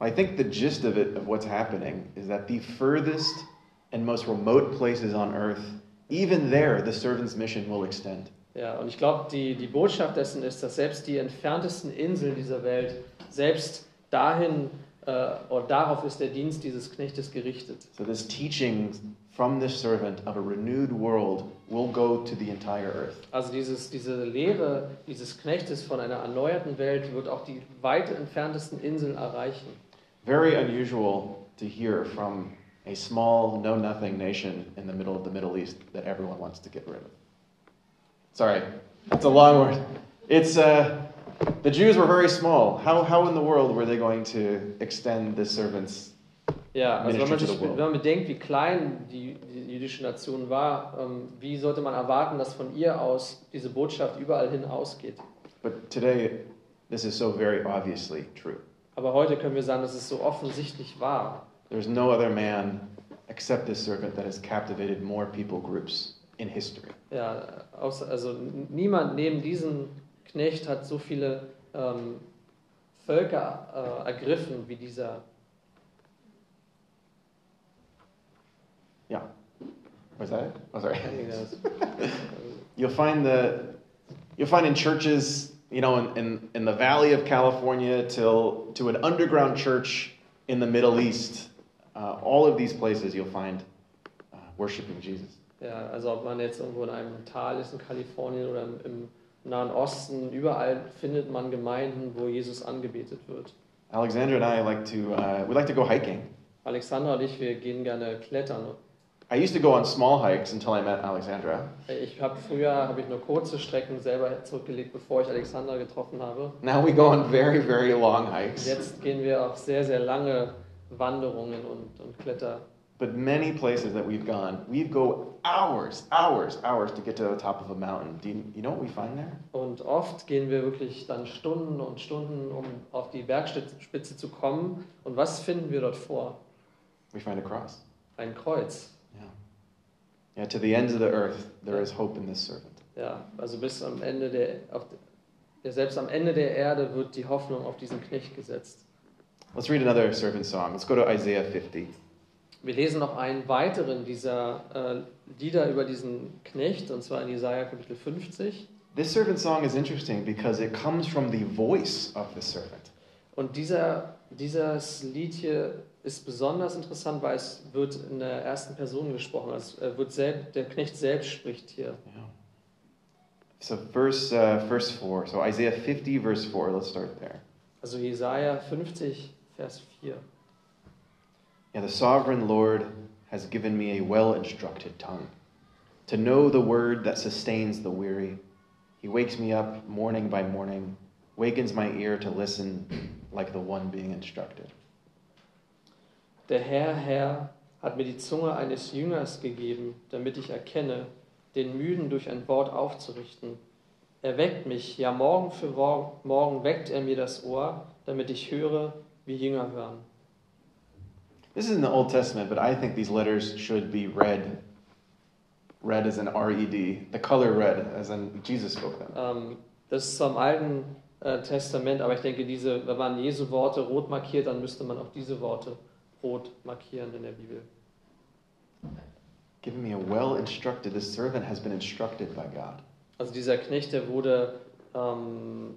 [SPEAKER 1] I think the gist of it, of what's happening, is that the furthest and most remote places on earth, even there, the servant's mission will extend.
[SPEAKER 4] Ja, und ich glaube, die, die Botschaft dessen ist, dass selbst die entferntesten Inseln dieser Welt, selbst dahin äh, und darauf ist der Dienst dieses Knechtes gerichtet.
[SPEAKER 1] So, this teaching from this servant of a renewed world will go to the entire earth.
[SPEAKER 4] Also dieses, diese Lehre dieses Knechtes von einer erneuerten Welt wird auch die weit entferntesten Inseln erreichen.
[SPEAKER 1] Very unusual to hear from a small, know nothing nation in the middle of the Middle East that everyone wants to get rid of. Sorry, that's a long word. It's, uh, the Jews were very small. How, how in the world were they going to extend this servant's?
[SPEAKER 4] Ja, also wenn man,
[SPEAKER 1] Ministry to
[SPEAKER 4] sich,
[SPEAKER 1] the world.
[SPEAKER 4] wenn man bedenkt, wie klein die, die jüdische Nation war, ähm, wie sollte man erwarten, dass von ihr aus diese Botschaft überall hin ausgeht?
[SPEAKER 1] But today, this is so very obviously true.
[SPEAKER 4] Aber heute können wir sagen, dass es so offensichtlich war.
[SPEAKER 1] There's no other man except this servant that has captivated more people groups in history.
[SPEAKER 4] Ja, außer, also n- niemand neben diesem Knecht hat so viele ähm, Völker äh, ergriffen wie dieser.
[SPEAKER 1] Was that it? Oh, sorry.
[SPEAKER 4] Also,
[SPEAKER 1] You'll find the you'll find in churches, you know, in, in, in the valley of California till to an underground church in the Middle East. Uh, all of these places you'll find uh, worshiping Jesus.
[SPEAKER 4] Ja, also ob man jetzt irgendwo in einem Tal ist, in Kalifornien oder im, im Nahen Osten, überall findet man Gemeinden, wo Jesus angebetet wird.
[SPEAKER 1] Alexandra and I like to uh, we like to go hiking.
[SPEAKER 4] Alexandra und ich, wir gehen gerne klettern.
[SPEAKER 1] I used to go on small hikes until I met Alexandra.
[SPEAKER 4] Ich habe früher habe ich nur kurze Strecken selber zurückgelegt, bevor ich Alexandra getroffen habe.
[SPEAKER 1] Now we go on very very long hikes.
[SPEAKER 4] Jetzt gehen wir auf sehr, sehr lange Wanderungen und, und Kletter.
[SPEAKER 1] But many places that we've gone, we go hours, hours, hours to get to the top of a mountain. Do you, you know what we find there?
[SPEAKER 4] Und oft gehen wir wirklich dann Stunden und Stunden, um auf die Bergspitze zu kommen. Und was finden wir dort vor?
[SPEAKER 1] We find a cross.
[SPEAKER 4] Ein Kreuz.
[SPEAKER 1] Yeah. Yeah, to the ends of the earth, there is hope in this servant.
[SPEAKER 4] Ja, also bis am Ende der, auf, ja, selbst am Ende der Erde wird die Hoffnung auf diesen Knecht gesetzt.
[SPEAKER 1] Let's read another servant song. Let's go to Isaiah 50.
[SPEAKER 4] Wir lesen noch einen weiteren dieser äh, Lieder über diesen Knecht, und zwar in Jesaja Kapitel 50.
[SPEAKER 1] This servant song is interesting because it comes from the voice of the servant.
[SPEAKER 4] Und dieser, dieses Lied hier ist besonders interessant, weil es wird in der ersten Person gesprochen. Also es wird selbst, der Knecht selbst spricht hier.
[SPEAKER 1] Yeah. So, verse, uh, verse 4. So, Isaiah 50, verse 4. Let's start there.
[SPEAKER 4] Also Jesaja 50, Vers 4.
[SPEAKER 1] Yeah, the sovereign Lord has given me a well instructed tongue to know the word that sustains the weary. He wakes me up morning by morning, wakens my ear to listen like the one being instructed.
[SPEAKER 4] Der Herr, Herr, hat mir die Zunge eines Jüngers gegeben, damit ich erkenne, den Müden durch ein Wort aufzurichten. Er weckt mich, ja morgen für wor- morgen weckt er mir das Ohr, damit ich höre, wie Jünger hören.
[SPEAKER 1] This is in the Old Testament, but I think these letters should be read. Red as an R E D, the color red, as in Jesus spoke them.
[SPEAKER 4] Ähm, das ist vom Alten äh, Testament, aber ich denke, diese, wenn man Jesu Worte rot markiert, dann müsste man auch diese Worte rot markieren in der Bibel.
[SPEAKER 1] Given me a well instructed, this servant has been instructed by God.
[SPEAKER 4] Also dieser Knecht, der wurde ähm,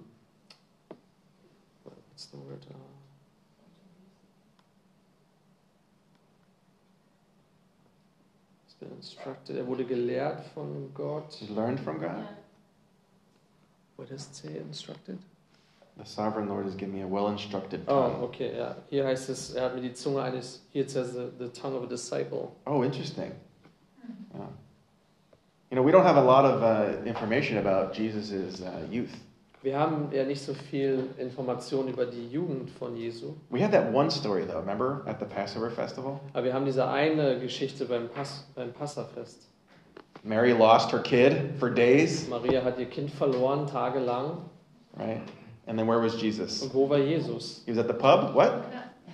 [SPEAKER 4] what's the word? been instructed. Er wurde gelehrt von Gott.
[SPEAKER 1] He learned from God.
[SPEAKER 5] Yeah.
[SPEAKER 4] What does it say? Instructed?
[SPEAKER 1] The sovereign Lord has given me a well instructed
[SPEAKER 4] Oh,
[SPEAKER 1] tongue.
[SPEAKER 4] okay, ja. Hier heißt es, er hat mir die Zunge eines, hier says the, the tongue of a disciple.
[SPEAKER 1] Oh, interesting. Yeah. You know, we don't have a lot of uh, information about Jesus' uh, youth.
[SPEAKER 4] Wir haben ja nicht so viel Information über die Jugend von Jesu,
[SPEAKER 1] We had that one story, though, remember, at the Passover festival?
[SPEAKER 4] aber wir haben diese eine Geschichte beim, Pass, beim Passafest.
[SPEAKER 1] Mary lost her kid for days,
[SPEAKER 4] Maria hat ihr Kind verloren, tagelang.
[SPEAKER 1] right? And then where was Jesus?
[SPEAKER 4] Und wo war Jesus?
[SPEAKER 1] He was at the pub? What?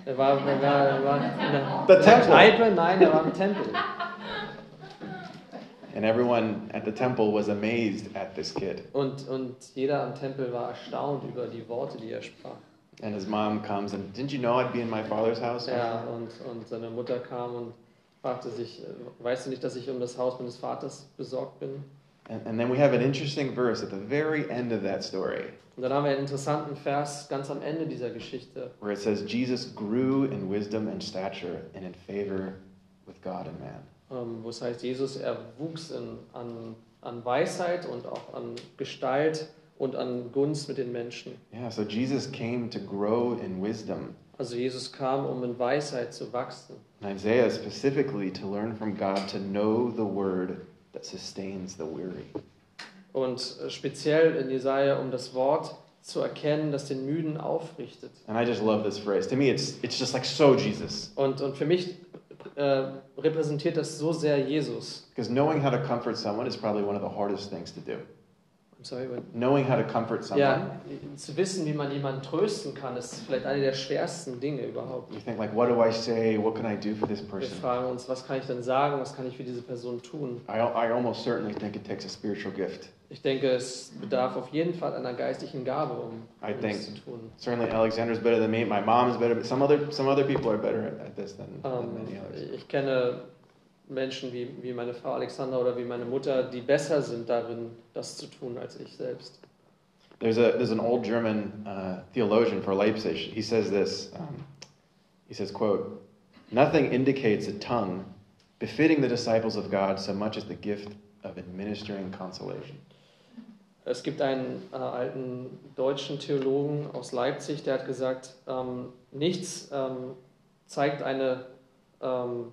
[SPEAKER 4] Er war, er war, er war in der,
[SPEAKER 1] The
[SPEAKER 4] in der
[SPEAKER 1] temple.
[SPEAKER 4] Kneipe? Nein, er war im Tempel.
[SPEAKER 1] And everyone at the temple was amazed at this kid.
[SPEAKER 4] Und, und jeder am Tempel war erstaunt über die Worte, die er sprach.
[SPEAKER 1] And his mom comes and, didn't you know I'd be in my father's house?
[SPEAKER 4] Ja, und, und seine Mutter kam und fragte sich, äh, weißt du nicht, dass ich um das Haus meines Vaters besorgt bin?
[SPEAKER 1] And, and then we have an interesting verse at the very end of that story
[SPEAKER 4] Und dann haben wir einen interessanten Vers ganz am Ende dieser Geschichte,
[SPEAKER 1] where it says, Jesus grew in wisdom and stature and in favor with God and man.
[SPEAKER 4] ähm, wo es heißt, Jesus, er wuchs in, an, an Weisheit und auch an Gestalt und an Gunst mit den Menschen.
[SPEAKER 1] Yeah, so Jesus came to grow in wisdom.
[SPEAKER 4] Also Jesus kam, um in Weisheit zu wachsen.
[SPEAKER 1] And Isaiah specifically to learn from God to know the word that sustains the weary.
[SPEAKER 4] Und äh, speziell in Jesaja, um das Wort zu erkennen, das den Müden aufrichtet.
[SPEAKER 1] And I just love this phrase. To me, it's, it's just like so Jesus.
[SPEAKER 4] Und, und für mich äh, repräsentiert das so sehr Jesus.
[SPEAKER 1] Because knowing how to comfort someone is probably one of the hardest things to do.
[SPEAKER 4] I'm sorry, but-
[SPEAKER 1] Knowing how to comfort someone.
[SPEAKER 4] ja, zu wissen, wie man jemanden trösten kann, ist vielleicht eine der schwersten Dinge überhaupt.
[SPEAKER 1] You think, like, what do I say? What can I do for this
[SPEAKER 4] Wir
[SPEAKER 1] person?
[SPEAKER 4] fragen uns, was kann ich denn sagen, was kann ich für diese Person tun?
[SPEAKER 1] I, I almost certainly think it takes a spiritual gift.
[SPEAKER 4] Ich denke, es bedarf auf jeden Fall einer geistlichen Gabe, um,
[SPEAKER 1] I
[SPEAKER 4] um
[SPEAKER 1] think-
[SPEAKER 4] das zu tun.
[SPEAKER 1] Certainly, Alexander's better than me. My mom is better. But some other some other people are better at, at this than,
[SPEAKER 4] Ähm,
[SPEAKER 1] than many others.
[SPEAKER 4] ich kenne Menschen wie, wie meine Frau Alexandra oder wie meine Mutter, die besser sind darin, das zu tun als ich selbst.
[SPEAKER 1] There's a there's an old German uh, theologian for Leipzig. He says this. Um, he says, "quote Nothing indicates a tongue befitting the disciples of God so much as the gift of administering consolation."
[SPEAKER 4] Es gibt einen äh, alten deutschen Theologen aus Leipzig, der hat gesagt, ähm, nichts ähm, zeigt eine. Ähm,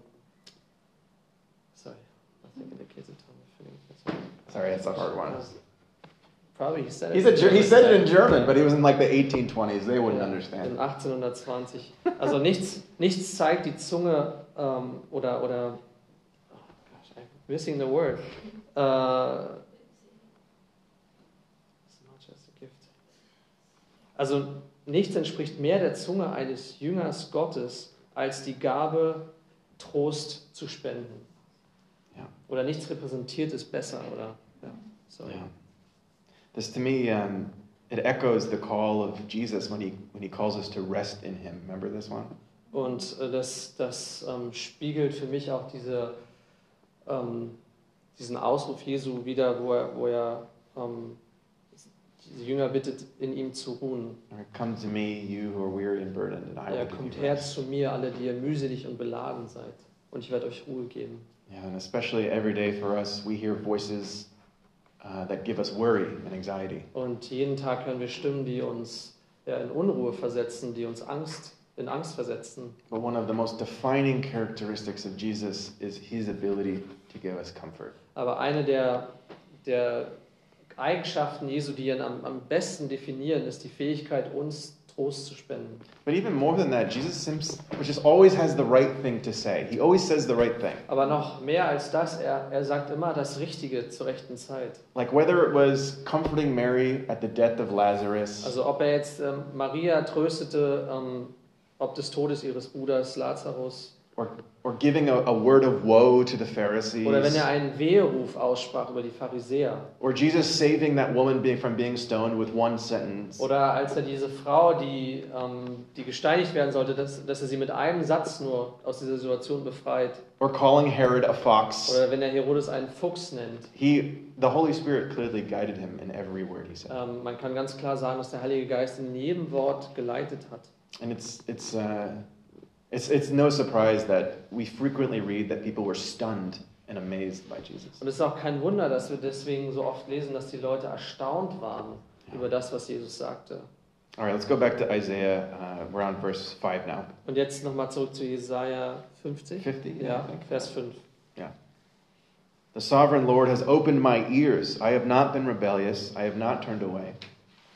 [SPEAKER 4] sorry, I think it indicates a tongue of feeling. That's right.
[SPEAKER 1] Sorry, that's a hard one.
[SPEAKER 4] Probably he said it.
[SPEAKER 1] He's a, Ger- he said it in German, but he was in like the 1820s. They wouldn't
[SPEAKER 4] Ja,
[SPEAKER 1] understand.
[SPEAKER 4] In 1820. Also nichts, nichts zeigt die Zunge ähm, oder oder. Oh gosh, I'm missing the word. Äh, It's not just a gift. Also nichts entspricht mehr der Zunge eines Jüngers Gottes als die Gabe, Trost zu spenden.
[SPEAKER 1] Ja.
[SPEAKER 4] Oder nichts repräsentiert ist besser, oder? Ja. Sorry.
[SPEAKER 1] Yeah. This to me, um, it echoes the call of Jesus when he when he calls us to rest in Him. Remember this one?
[SPEAKER 4] Und äh, das, das ähm, spiegelt für mich auch diese, ähm, diesen Ausruf Jesu wieder, wo er, wo er ähm, die Jünger bittet, in ihm zu ruhen.
[SPEAKER 1] Or, Come to me, you who are weary and burdened, and I will
[SPEAKER 4] Er
[SPEAKER 1] give
[SPEAKER 4] kommt
[SPEAKER 1] you
[SPEAKER 4] her
[SPEAKER 1] rest.
[SPEAKER 4] zu mir, alle, die ihr mühselig und beladen seid, und ich werde euch Ruhe geben.
[SPEAKER 1] Yeah, and especially every day for us, we hear voices uh, that give us worry and anxiety.
[SPEAKER 4] Und jeden Tag hören wir Stimmen, die uns ja, in Unruhe versetzen, die uns Angst, in Angst versetzen.
[SPEAKER 1] But one of the most defining characteristics of Jesus is His ability to give us comfort.
[SPEAKER 4] Aber eine der, der Eigenschaften Jesu, die ihn am, am besten definieren, ist die Fähigkeit, uns Trost zu spenden.
[SPEAKER 1] But even more than that, Jesus seems, just always has the right thing to say. He always says the right thing.
[SPEAKER 4] Aber noch mehr als das, er, er sagt immer das Richtige zur rechten Zeit.
[SPEAKER 1] Like whether it was comforting Mary at the death of Lazarus,
[SPEAKER 4] Also ob er jetzt ähm, Maria tröstete, ähm, ob des Todes ihres Bruders Lazarus,
[SPEAKER 1] or, or giving a, a word of woe to the Pharisees,
[SPEAKER 4] oder wenn er einen Weheruf aussprach über die Pharisäer,
[SPEAKER 1] or Jesus saving that woman being, from being stoned with one sentence,
[SPEAKER 4] oder als er diese Frau, die, ähm, die gesteinigt werden sollte, dass, dass er sie mit einem Satz nur aus dieser Situation befreit,
[SPEAKER 1] or calling Herod a fox.
[SPEAKER 4] oder wenn er Herodes einen Fuchs nennt.
[SPEAKER 1] He, the Holy Spirit clearly guided him in every word he said.
[SPEAKER 4] Ähm, man kann ganz klar sagen, dass der Heilige Geist in jedem Wort geleitet hat.
[SPEAKER 1] And it's, it's, uh, it's, it's no surprise that we frequently read that people were stunned and amazed by Jesus.
[SPEAKER 4] Und es ist auch kein Wunder, dass wir deswegen so oft lesen, dass die Leute erstaunt waren über das, was Jesus sagte.
[SPEAKER 1] All right, let's go back to Isaiah. Uh, we're on verse 5 now.
[SPEAKER 4] Und jetzt nochmal zurück zu Jesaja 50.
[SPEAKER 1] 50, yeah, I
[SPEAKER 4] Ja,
[SPEAKER 1] think.
[SPEAKER 4] Vers 5.
[SPEAKER 1] The sovereign Lord has opened my ears. I have not been rebellious. I have not turned away.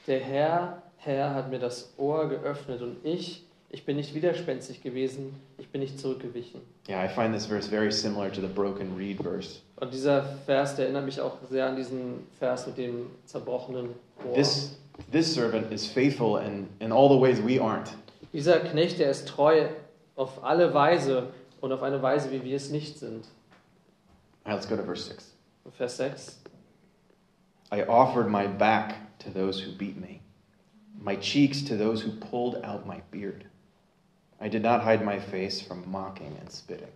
[SPEAKER 4] Der Herr, Herr hat mir das Ohr geöffnet und ich, ich bin nicht widerspenstig gewesen, ich bin nicht zurückgewichen.
[SPEAKER 1] Yeah, I find this verse very similar to the broken reed verse.
[SPEAKER 4] Und dieser Vers, der erinnert mich auch sehr an diesen Vers mit dem zerbrochenen Ohr.
[SPEAKER 1] This this servant is faithful in, in all the ways we aren't.
[SPEAKER 4] Dieser Knecht, der ist treu auf alle Weise und auf eine Weise, wie wir es nicht sind.
[SPEAKER 1] All right, let's go to verse 6.
[SPEAKER 4] Und Vers 6.
[SPEAKER 1] I offered my back to those who beat me, my cheeks to those who pulled out my beard. I did not hide my face from mocking and spitting.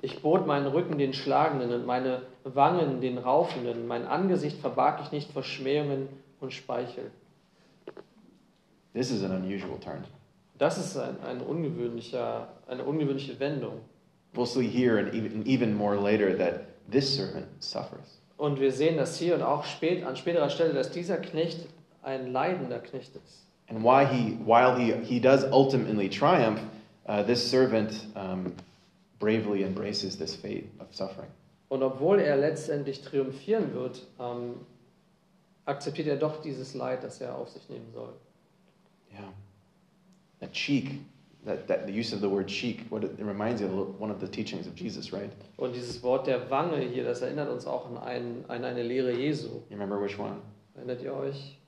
[SPEAKER 4] Ich bot meinen Rücken den Schlagenden und meine Wangen den Raufenden. Mein Angesicht verbarg ich nicht vor Schmähungen und Speichel.
[SPEAKER 1] This is an unusual turn.
[SPEAKER 4] Das ist ein, ein ungewöhnlicher, eine ungewöhnliche Wendung.
[SPEAKER 1] We'll see here and even, and even more later that this servant suffers.
[SPEAKER 4] Und wir sehen das hier und auch spät, an späterer Stelle, dass dieser Knecht ein leidender Knecht ist.
[SPEAKER 1] And why he, while he, he does ultimately triumph, uh, this servant um, bravely embraces this fate of suffering.
[SPEAKER 4] Und obwohl er letztendlich triumphieren wird, ähm, akzeptiert er doch dieses Leid, das er auf sich nehmen soll.
[SPEAKER 1] Yeah. That cheek, that, that the use of the word cheek, what it, it reminds you of one of the teachings of Jesus, right?
[SPEAKER 4] Und dieses Wort der Wange hier, das erinnert uns auch an, einen, an eine Lehre Jesu.
[SPEAKER 1] You remember which one?
[SPEAKER 4] Erinnert ihr euch,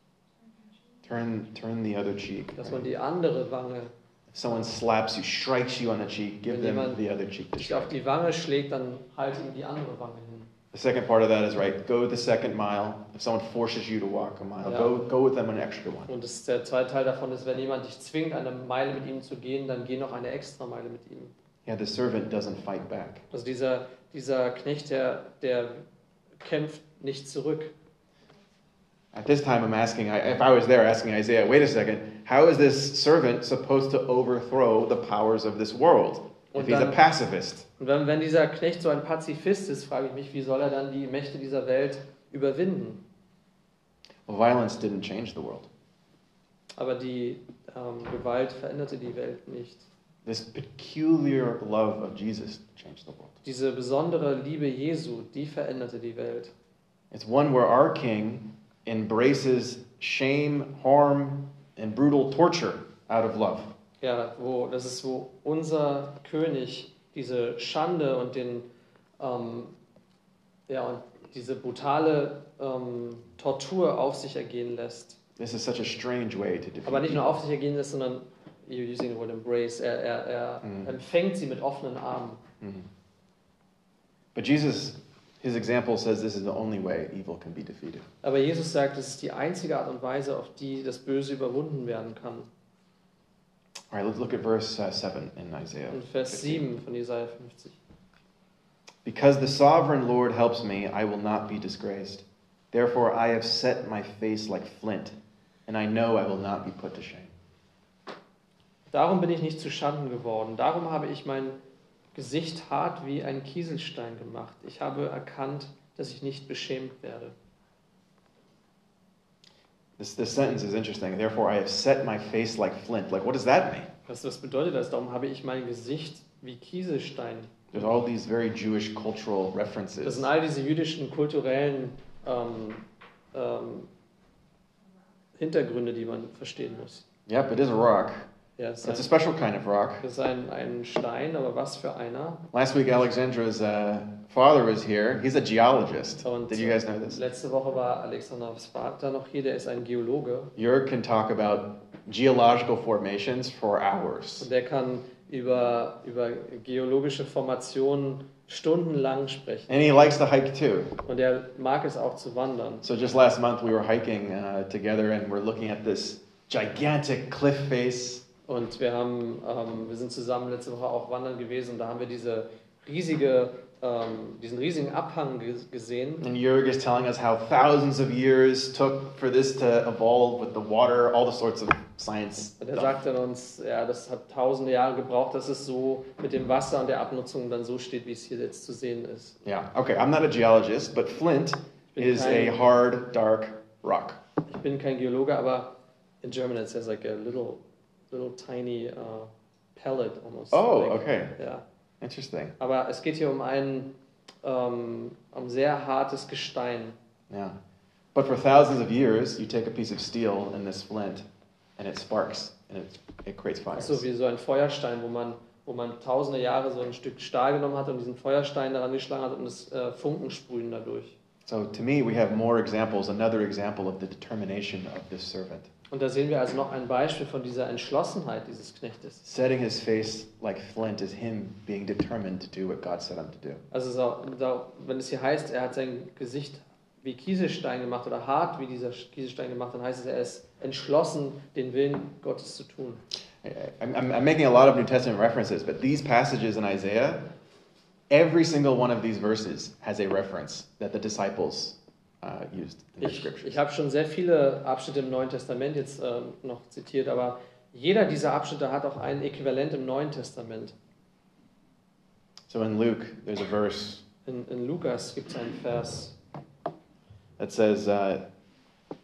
[SPEAKER 1] Turn, turn the other cheek.
[SPEAKER 4] dass man
[SPEAKER 1] right?
[SPEAKER 4] die andere Wange,
[SPEAKER 1] If someone slaps you, strikes you on the cheek, give them
[SPEAKER 4] Wenn jemand
[SPEAKER 1] the other cheek to
[SPEAKER 4] dich auf
[SPEAKER 1] strike.
[SPEAKER 4] die Wange schlägt, dann halt ihm die andere Wange hin.
[SPEAKER 1] The second part of that is right. Go the second mile. If someone forces you to walk a mile,
[SPEAKER 4] Yeah.
[SPEAKER 1] go go with them an extra one.
[SPEAKER 4] Und das, der zweite Teil davon ist, wenn jemand dich zwingt, eine Meile mit ihm zu gehen, dann geh noch eine extra Meile mit ihm.
[SPEAKER 1] Yeah, the servant doesn't fight back.
[SPEAKER 4] Also dieser, dieser Knecht, der, der kämpft nicht zurück.
[SPEAKER 1] At this time, I'm asking. I- If I was there, asking Isaiah, wait a second. How is this servant supposed to overthrow the powers of this world if
[SPEAKER 4] Und
[SPEAKER 1] he's a
[SPEAKER 4] dann-
[SPEAKER 1] pacifist?
[SPEAKER 4] Und wenn, wenn dieser Knecht so ein Pazifist ist, frage ich mich, wie soll er dann die Mächte dieser Welt überwinden?
[SPEAKER 1] Well, violence didn't change the world.
[SPEAKER 4] Aber die ähm, Gewalt veränderte die Welt nicht.
[SPEAKER 1] This peculiar love of Jesus changed the world.
[SPEAKER 4] Diese besondere Liebe Jesu, die veränderte die Welt.
[SPEAKER 1] It's one where our king embraces shame, harm, and brutal torture out of love.
[SPEAKER 4] Ja, wo, das ist, wo unser König diese Schande und den, ähm, ja, und diese brutale ähm, Tortur auf sich ergehen lässt.
[SPEAKER 1] This is such a strange way to defeat.
[SPEAKER 4] Aber nicht nur
[SPEAKER 1] evil.
[SPEAKER 4] auf sich ergehen lässt, sondern you're using the word embrace. Er, er, er
[SPEAKER 1] Mhm.
[SPEAKER 4] empfängt sie mit offenen Armen.
[SPEAKER 1] Mhm. But Jesus, his example says this is the only way evil can be defeated.
[SPEAKER 4] Aber Jesus sagt, das ist die einzige Art und Weise, auf die das Böse überwunden werden kann.
[SPEAKER 1] All right, let's look at verse uh, 7 in Isaiah.
[SPEAKER 4] In Vers
[SPEAKER 1] 15.
[SPEAKER 4] 7 von Jesaja 50.
[SPEAKER 1] Because the sovereign Lord helps me, I will not be disgraced. Therefore, I have set my face like flint, and I know I will not be put to shame.
[SPEAKER 4] Darum bin ich nicht zu Schanden geworden. Darum habe ich mein Gesicht hart wie ein Kieselstein gemacht. Ich habe erkannt, dass ich nicht beschämt werde.
[SPEAKER 1] This, this sentence is interesting. Therefore, I have set my face like flint. Like, what does that mean?
[SPEAKER 4] Was, was bedeutet das? Darum habe ich mein Gesicht wie Kieselstein.
[SPEAKER 1] There's all these very Jewish cultural
[SPEAKER 4] Das
[SPEAKER 1] references.
[SPEAKER 4] sind all diese jüdischen kulturellen ähm, ähm, Hintergründe, die man verstehen muss.
[SPEAKER 1] Yep, it is a rock.
[SPEAKER 4] Ja, es
[SPEAKER 1] It's a
[SPEAKER 4] ist
[SPEAKER 1] special kind of rock.
[SPEAKER 4] ein, es ist ein, ein Stein, aber was für einer?
[SPEAKER 1] Last week, Alexandra's uh, father was here. He's a geologist.
[SPEAKER 4] Und
[SPEAKER 1] Did you guys know this?
[SPEAKER 4] letzte Woche war Alexanders Vater noch hier, der ist ein Geologe
[SPEAKER 1] Jörg can talk about geological formations for
[SPEAKER 4] und
[SPEAKER 1] hours.
[SPEAKER 4] der kann über, über geologische Formationen stundenlang sprechen.
[SPEAKER 1] And he likes to hike too.
[SPEAKER 4] Und er mag es auch zu wandern.
[SPEAKER 1] So just last month, we were hiking uh, together and we're looking at this gigantic cliff face.
[SPEAKER 4] Und wir, haben, ähm, wir sind zusammen letzte Woche auch wandern gewesen und da haben wir diese riesige ähm, diesen riesigen Abhang ge- gesehen.
[SPEAKER 1] And Jurg is telling us how thousands of years took for this to evolve with the water, all the sorts of science.
[SPEAKER 4] Und er
[SPEAKER 1] stuff.
[SPEAKER 4] sagt dann uns, ja, das hat tausende Jahre gebraucht, dass es so mit dem Wasser und der Abnutzung dann so steht, wie es hier jetzt zu sehen ist.
[SPEAKER 1] Yeah, okay, I'm not a geologist, but flint
[SPEAKER 4] Been
[SPEAKER 1] is a
[SPEAKER 4] kind.
[SPEAKER 1] hard, dark rock.
[SPEAKER 4] Ich bin kein Geologe, aber in German it says like a little, little tiny uh, pellet almost.
[SPEAKER 1] Oh,
[SPEAKER 4] like,
[SPEAKER 1] okay,
[SPEAKER 4] Ja.
[SPEAKER 1] interesting.
[SPEAKER 4] Aber es geht hier um ein ähm, um sehr hartes Gestein.
[SPEAKER 1] Yeah. But for thousands of years, you take a piece of steel and this flint, and it sparks, and it, it creates fires.
[SPEAKER 4] So wie so ein Feuerstein, wo man, wo man tausende Jahre so ein Stück Stahl genommen hat und diesen Feuerstein daran geschlagen hat und das äh, Funken sprühen dadurch.
[SPEAKER 1] So to me, we have more examples, another example of the determination of this servant.
[SPEAKER 4] Und da sehen wir also noch ein Beispiel von dieser Entschlossenheit dieses Knechtes.
[SPEAKER 1] Setting his face like flint is him being determined to do what God set him to do.
[SPEAKER 4] Also so, so, wenn es hier heißt, er hat sein Gesicht wie Kieselstein gemacht oder hart wie dieser Kieselstein gemacht, dann heißt es, er ist entschlossen, den Willen Gottes zu tun.
[SPEAKER 1] I- I'm, I'm making a lot of New Testament references, but these passages in Isaiah, every single one of these verses has a reference that the disciples uh, used in the
[SPEAKER 4] Ich,
[SPEAKER 1] scriptures.
[SPEAKER 4] ich habe schon sehr viele Abschnitte im Neuen Testament jetzt ähm, noch zitiert, aber jeder dieser Abschnitte hat auch ein Äquivalent im Neuen Testament.
[SPEAKER 1] So in Luke, there's a verse
[SPEAKER 4] In, in Lukas gibt es einen Vers,
[SPEAKER 1] that says, uh,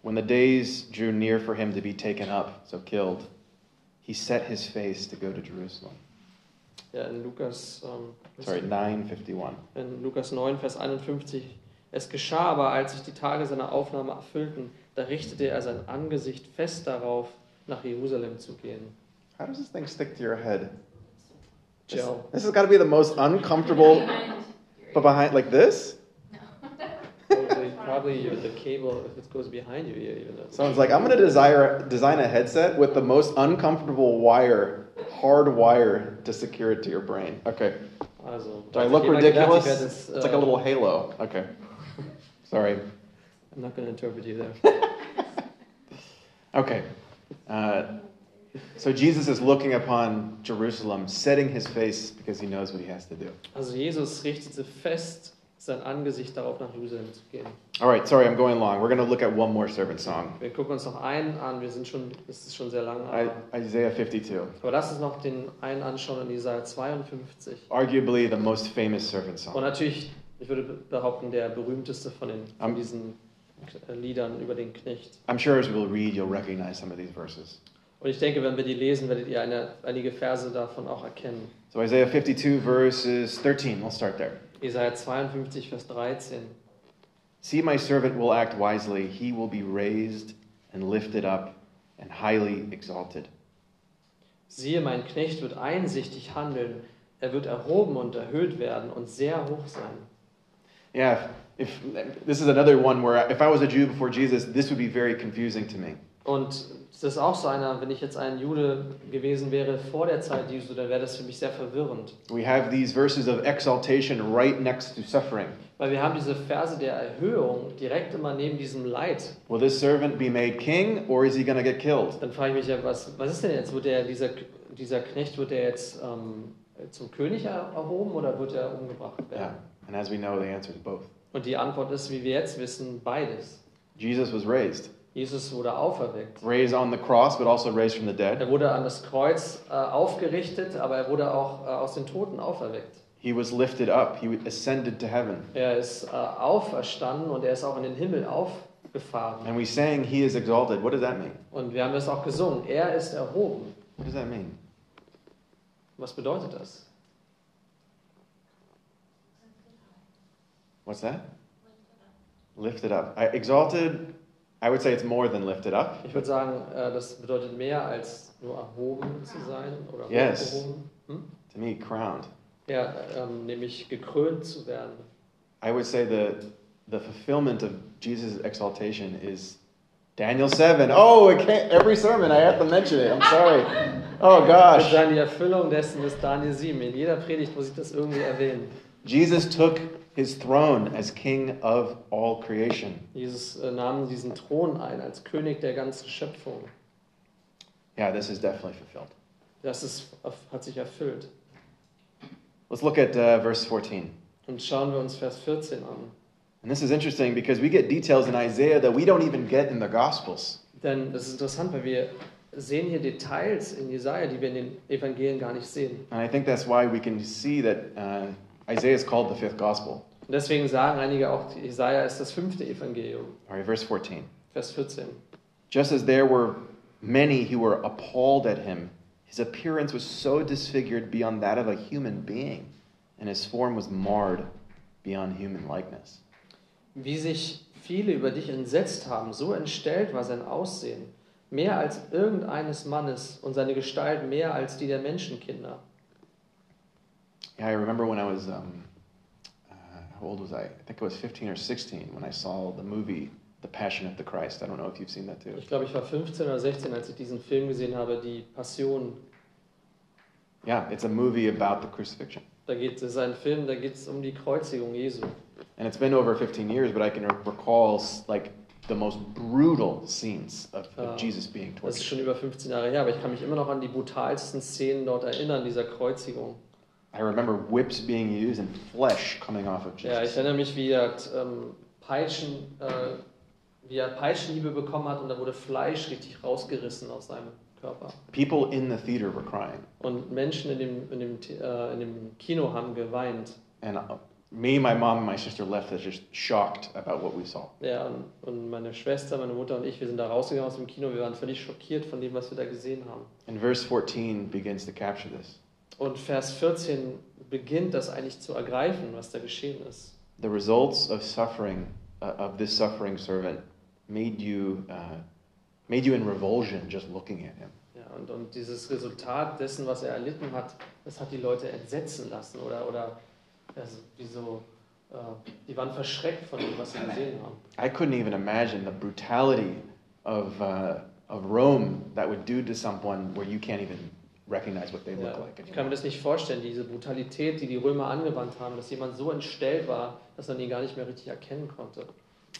[SPEAKER 1] When the days drew near for him to be taken up, so killed, he set his face to go to Jerusalem.
[SPEAKER 4] der in Lukas, ähm,
[SPEAKER 1] Sorry, 951.
[SPEAKER 4] in Lukas 9, Vers 51. Es geschah aber, als sich die Tage seiner Aufnahme erfüllten, da richtete er sein Angesicht fest darauf, nach Jerusalem zu gehen.
[SPEAKER 1] How does this thing stick to your head? This,
[SPEAKER 4] Joe.
[SPEAKER 1] this has got to be the most uncomfortable,
[SPEAKER 5] Behind your
[SPEAKER 1] but behind, like this?
[SPEAKER 4] Probably, probably you- the cable, if it goes behind you here, even though.
[SPEAKER 1] Someone's like, I'm gonna desire, design a headset with the most uncomfortable wire, hard wire to secure it to your brain. Okay.
[SPEAKER 4] Also,
[SPEAKER 1] Do I look ridiculous?
[SPEAKER 4] It's
[SPEAKER 1] It's like a little halo. Okay. Sorry.
[SPEAKER 4] I'm not going to interpret you there.
[SPEAKER 1] Okay. Uh, so Jesus is looking upon Jerusalem, setting his face because he knows what he has to do.
[SPEAKER 4] Also Jesus richtete fest sein Angesicht darauf, nach Jerusalem zu gehen.
[SPEAKER 1] All right. Sorry, I'm going long. We're gonna look at one more servant song.
[SPEAKER 4] Wir gucken uns noch einen an, wir sind schon, es ist schon sehr lang.
[SPEAKER 1] I,
[SPEAKER 4] Aber,
[SPEAKER 1] Isaiah 52,
[SPEAKER 4] aber lass uns noch den einen anschauen in Jesaja 52.
[SPEAKER 1] arguably the most famous servant
[SPEAKER 4] Und
[SPEAKER 1] song.
[SPEAKER 4] natürlich, ich würde behaupten, der berühmteste von, den,
[SPEAKER 1] Am-
[SPEAKER 4] von diesen K- Liedern über den Knecht.
[SPEAKER 1] I'm sure as we'll read, you'll recognize some of these verses.
[SPEAKER 4] Und ich denke, wenn wir die lesen, werdet ihr eine, einige Verse davon auch erkennen.
[SPEAKER 1] So Isaiah 52 verses 13, we'll start there.
[SPEAKER 4] Jesaja 52, Vers 13.
[SPEAKER 1] See, my servant will act wisely. He will be raised and lifted up and highly exalted.
[SPEAKER 4] Siehe, mein Knecht wird einsichtig handeln. Er wird erhoben und erhöht werden und sehr hoch sein.
[SPEAKER 1] Yeah, if, if this is another one where if I was a Jew before Jesus, this would be very confusing to me.
[SPEAKER 4] Und das ist auch so einer, wenn ich jetzt ein Jude gewesen wäre vor der Zeit Jesu, dann wäre das für mich sehr verwirrend.
[SPEAKER 1] We have these verses of exaltation right next to suffering.
[SPEAKER 4] Weil wir haben diese Verse der Erhöhung direkt immer neben diesem Leid.
[SPEAKER 1] Will this servant be made king or is he going to get killed?
[SPEAKER 4] Dann frage ich mich ja, was, was ist denn jetzt? Wird der, dieser, dieser Knecht, wird der jetzt ähm, zum König er- erhoben oder wird er umgebracht
[SPEAKER 1] Yeah.
[SPEAKER 4] werden?
[SPEAKER 1] And as we know, the answer is both.
[SPEAKER 4] Und die Antwort ist, wie wir jetzt wissen, beides.
[SPEAKER 1] Jesus was raised,
[SPEAKER 4] Jesus wurde auferweckt.
[SPEAKER 1] raised on the cross, but also raised from the dead.
[SPEAKER 4] Er wurde an das Kreuz äh, aufgerichtet, aber er wurde auch äh, aus den Toten auferweckt.
[SPEAKER 1] He was lifted up, he ascended to heaven.
[SPEAKER 4] Er ist äh, auferstanden und er ist auch in den Himmel aufgefahren.
[SPEAKER 1] And we sang, He is exalted. What does that mean?
[SPEAKER 4] Und wir haben das auch gesungen. Er ist erhoben.
[SPEAKER 1] What does that mean?
[SPEAKER 4] Was bedeutet das?
[SPEAKER 1] What's that? Lifted up. I, exalted, I would say it's more than lifted up.
[SPEAKER 4] Ich würde sagen, äh, das bedeutet mehr als nur erhoben zu sein oder
[SPEAKER 1] Yes.
[SPEAKER 4] hochgehoben. Hm?
[SPEAKER 1] To me, crowned.
[SPEAKER 4] Ja, ähm, nämlich gekrönt zu werden.
[SPEAKER 1] I would say the, the fulfillment of Jesus' exaltation is Daniel 7. Oh, it can't, every sermon I have to mention it. I'm sorry. Oh,
[SPEAKER 4] Das
[SPEAKER 1] gosh.
[SPEAKER 4] ist dann die Erfüllung dessen ist Daniel 7. In jeder Predigt muss ich das irgendwie erwähnen.
[SPEAKER 1] Jesus took his throne as king of all creation.
[SPEAKER 4] Jesus äh, nahm diesen Thron ein als König der ganzen Schöpfung.
[SPEAKER 1] Yeah, this is definitely fulfilled.
[SPEAKER 4] Das ist, hat sich erfüllt.
[SPEAKER 1] Let's look at uh, verse 14.
[SPEAKER 4] Und schauen wir uns Vers 14 an.
[SPEAKER 1] And this is interesting because we get details in Isaiah that we don't even get in the Gospels.
[SPEAKER 4] Denn das ist interessant, weil wir sehen hier Details in Jesaja, die wir in den Evangelien gar nicht sehen.
[SPEAKER 1] And I think that's why we can see that uh, Isaiah is called the fifth Gospel.
[SPEAKER 4] Und deswegen sagen einige auch, Jesaja ist das fünfte Evangelium.
[SPEAKER 1] All right, verse 14.
[SPEAKER 4] Vers 14.
[SPEAKER 1] Just as there were many who were appalled at him, his appearance was so disfigured beyond that of a human being, and his form was marred beyond human likeness.
[SPEAKER 4] Wie sich viele über dich entsetzt haben, so entstellt war sein Aussehen, mehr als irgendeines Mannes und seine Gestalt mehr als die der Menschenkinder.
[SPEAKER 1] Yeah, I remember when I was, um, uh, how old was I? I think I was 15 or 16 when I saw the movie The Passion of the Christ. I don't know if you've seen that too.
[SPEAKER 4] Ich glaube, ich war 15 oder 16, als ich diesen Film gesehen habe, die Passion.
[SPEAKER 1] Yeah, it's a movie about the crucifixion.
[SPEAKER 4] Da geht es ein Film, da geht es um die Kreuzigung Jesu.
[SPEAKER 1] And it's been over 15 years, but I can recall s- like the most brutal scenes of, of
[SPEAKER 4] Oh.
[SPEAKER 1] Jesus being
[SPEAKER 4] Das ist
[SPEAKER 1] tortured.
[SPEAKER 4] schon über 15 Jahre her, aber ich kann mich immer noch an die brutalsten Szenen dort erinnern, dieser Kreuzigung.
[SPEAKER 1] I remember whips being used and flesh coming off of
[SPEAKER 4] Ja, ich
[SPEAKER 1] Jesus.
[SPEAKER 4] erinnere mich, wie er, ähm, Peitschen, äh, wie er Peitschenhiebe bekommen hat und da wurde Fleisch richtig rausgerissen aus seinem Körper.
[SPEAKER 1] People in the theater were crying.
[SPEAKER 4] Und Menschen in dem, in dem, The- äh, in dem Kino haben geweint.
[SPEAKER 1] And uh, me, my mom, and my sister left us just shocked about what we saw.
[SPEAKER 4] Ja, und- und meine Schwester, meine Mutter und ich, wir sind da rausgegangen aus dem Kino, wir waren völlig schockiert von dem, was wir da gesehen haben.
[SPEAKER 1] And verse 14 begins to capture this.
[SPEAKER 4] Und Vers 14 beginnt das eigentlich zu ergreifen, was da geschehen ist.
[SPEAKER 1] The results of suffering, uh, of this suffering servant, made you, uh, made you in revulsion just looking at him.
[SPEAKER 4] Ja, und, und dieses Resultat dessen, was er erlitten hat, das hat die Leute entsetzen lassen oder, oder also die, so, äh, die waren verschreckt von dem, was sie gesehen haben.
[SPEAKER 1] I couldn't even imagine the brutality of, uh, of Rome that would do to someone where you can't even recognize what they look
[SPEAKER 4] Ja,
[SPEAKER 1] like.
[SPEAKER 4] ich kann mir das nicht vorstellen, diese Brutalität, die die Römer angewandt haben, dass jemand so entstellt war, dass man ihn gar nicht mehr richtig erkennen konnte.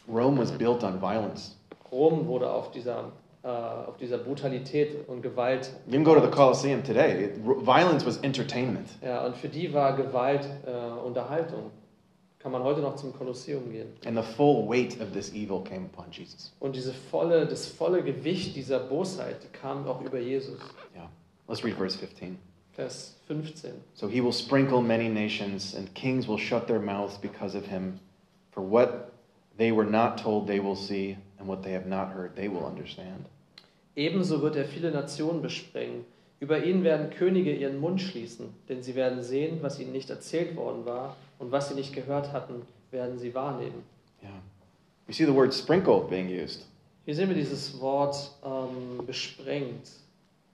[SPEAKER 1] Rome was built on violence.
[SPEAKER 4] Rom wurde auf dieser, äh, auf dieser Brutalität und Gewalt.
[SPEAKER 1] You can go to the Colosseum today. It, r- violence was entertainment.
[SPEAKER 4] Ja, und für die war Gewalt äh, Unterhaltung. Kann man heute noch zum Kolosseum gehen.
[SPEAKER 1] And the full weight of this evil came upon Jesus.
[SPEAKER 4] Und diese volle, das volle Gewicht dieser Bosheit die kam auch über Jesus.
[SPEAKER 1] Yeah. Let's read verse 15.
[SPEAKER 4] Vers 15.
[SPEAKER 1] So he will sprinkle many nations, and kings will shut their mouths because of him. For what they were not told, they will see, and what they have not heard, they will understand.
[SPEAKER 4] Ebenso wird er viele Nationen besprengen. Über ihn werden Könige ihren Mund schließen, denn sie werden sehen, was ihnen nicht erzählt worden war und was sie nicht gehört hatten, werden sie wahrnehmen.
[SPEAKER 1] Yeah. We see the word sprinkle being used.
[SPEAKER 4] Hier sehen wir dieses Wort ähm, besprengt.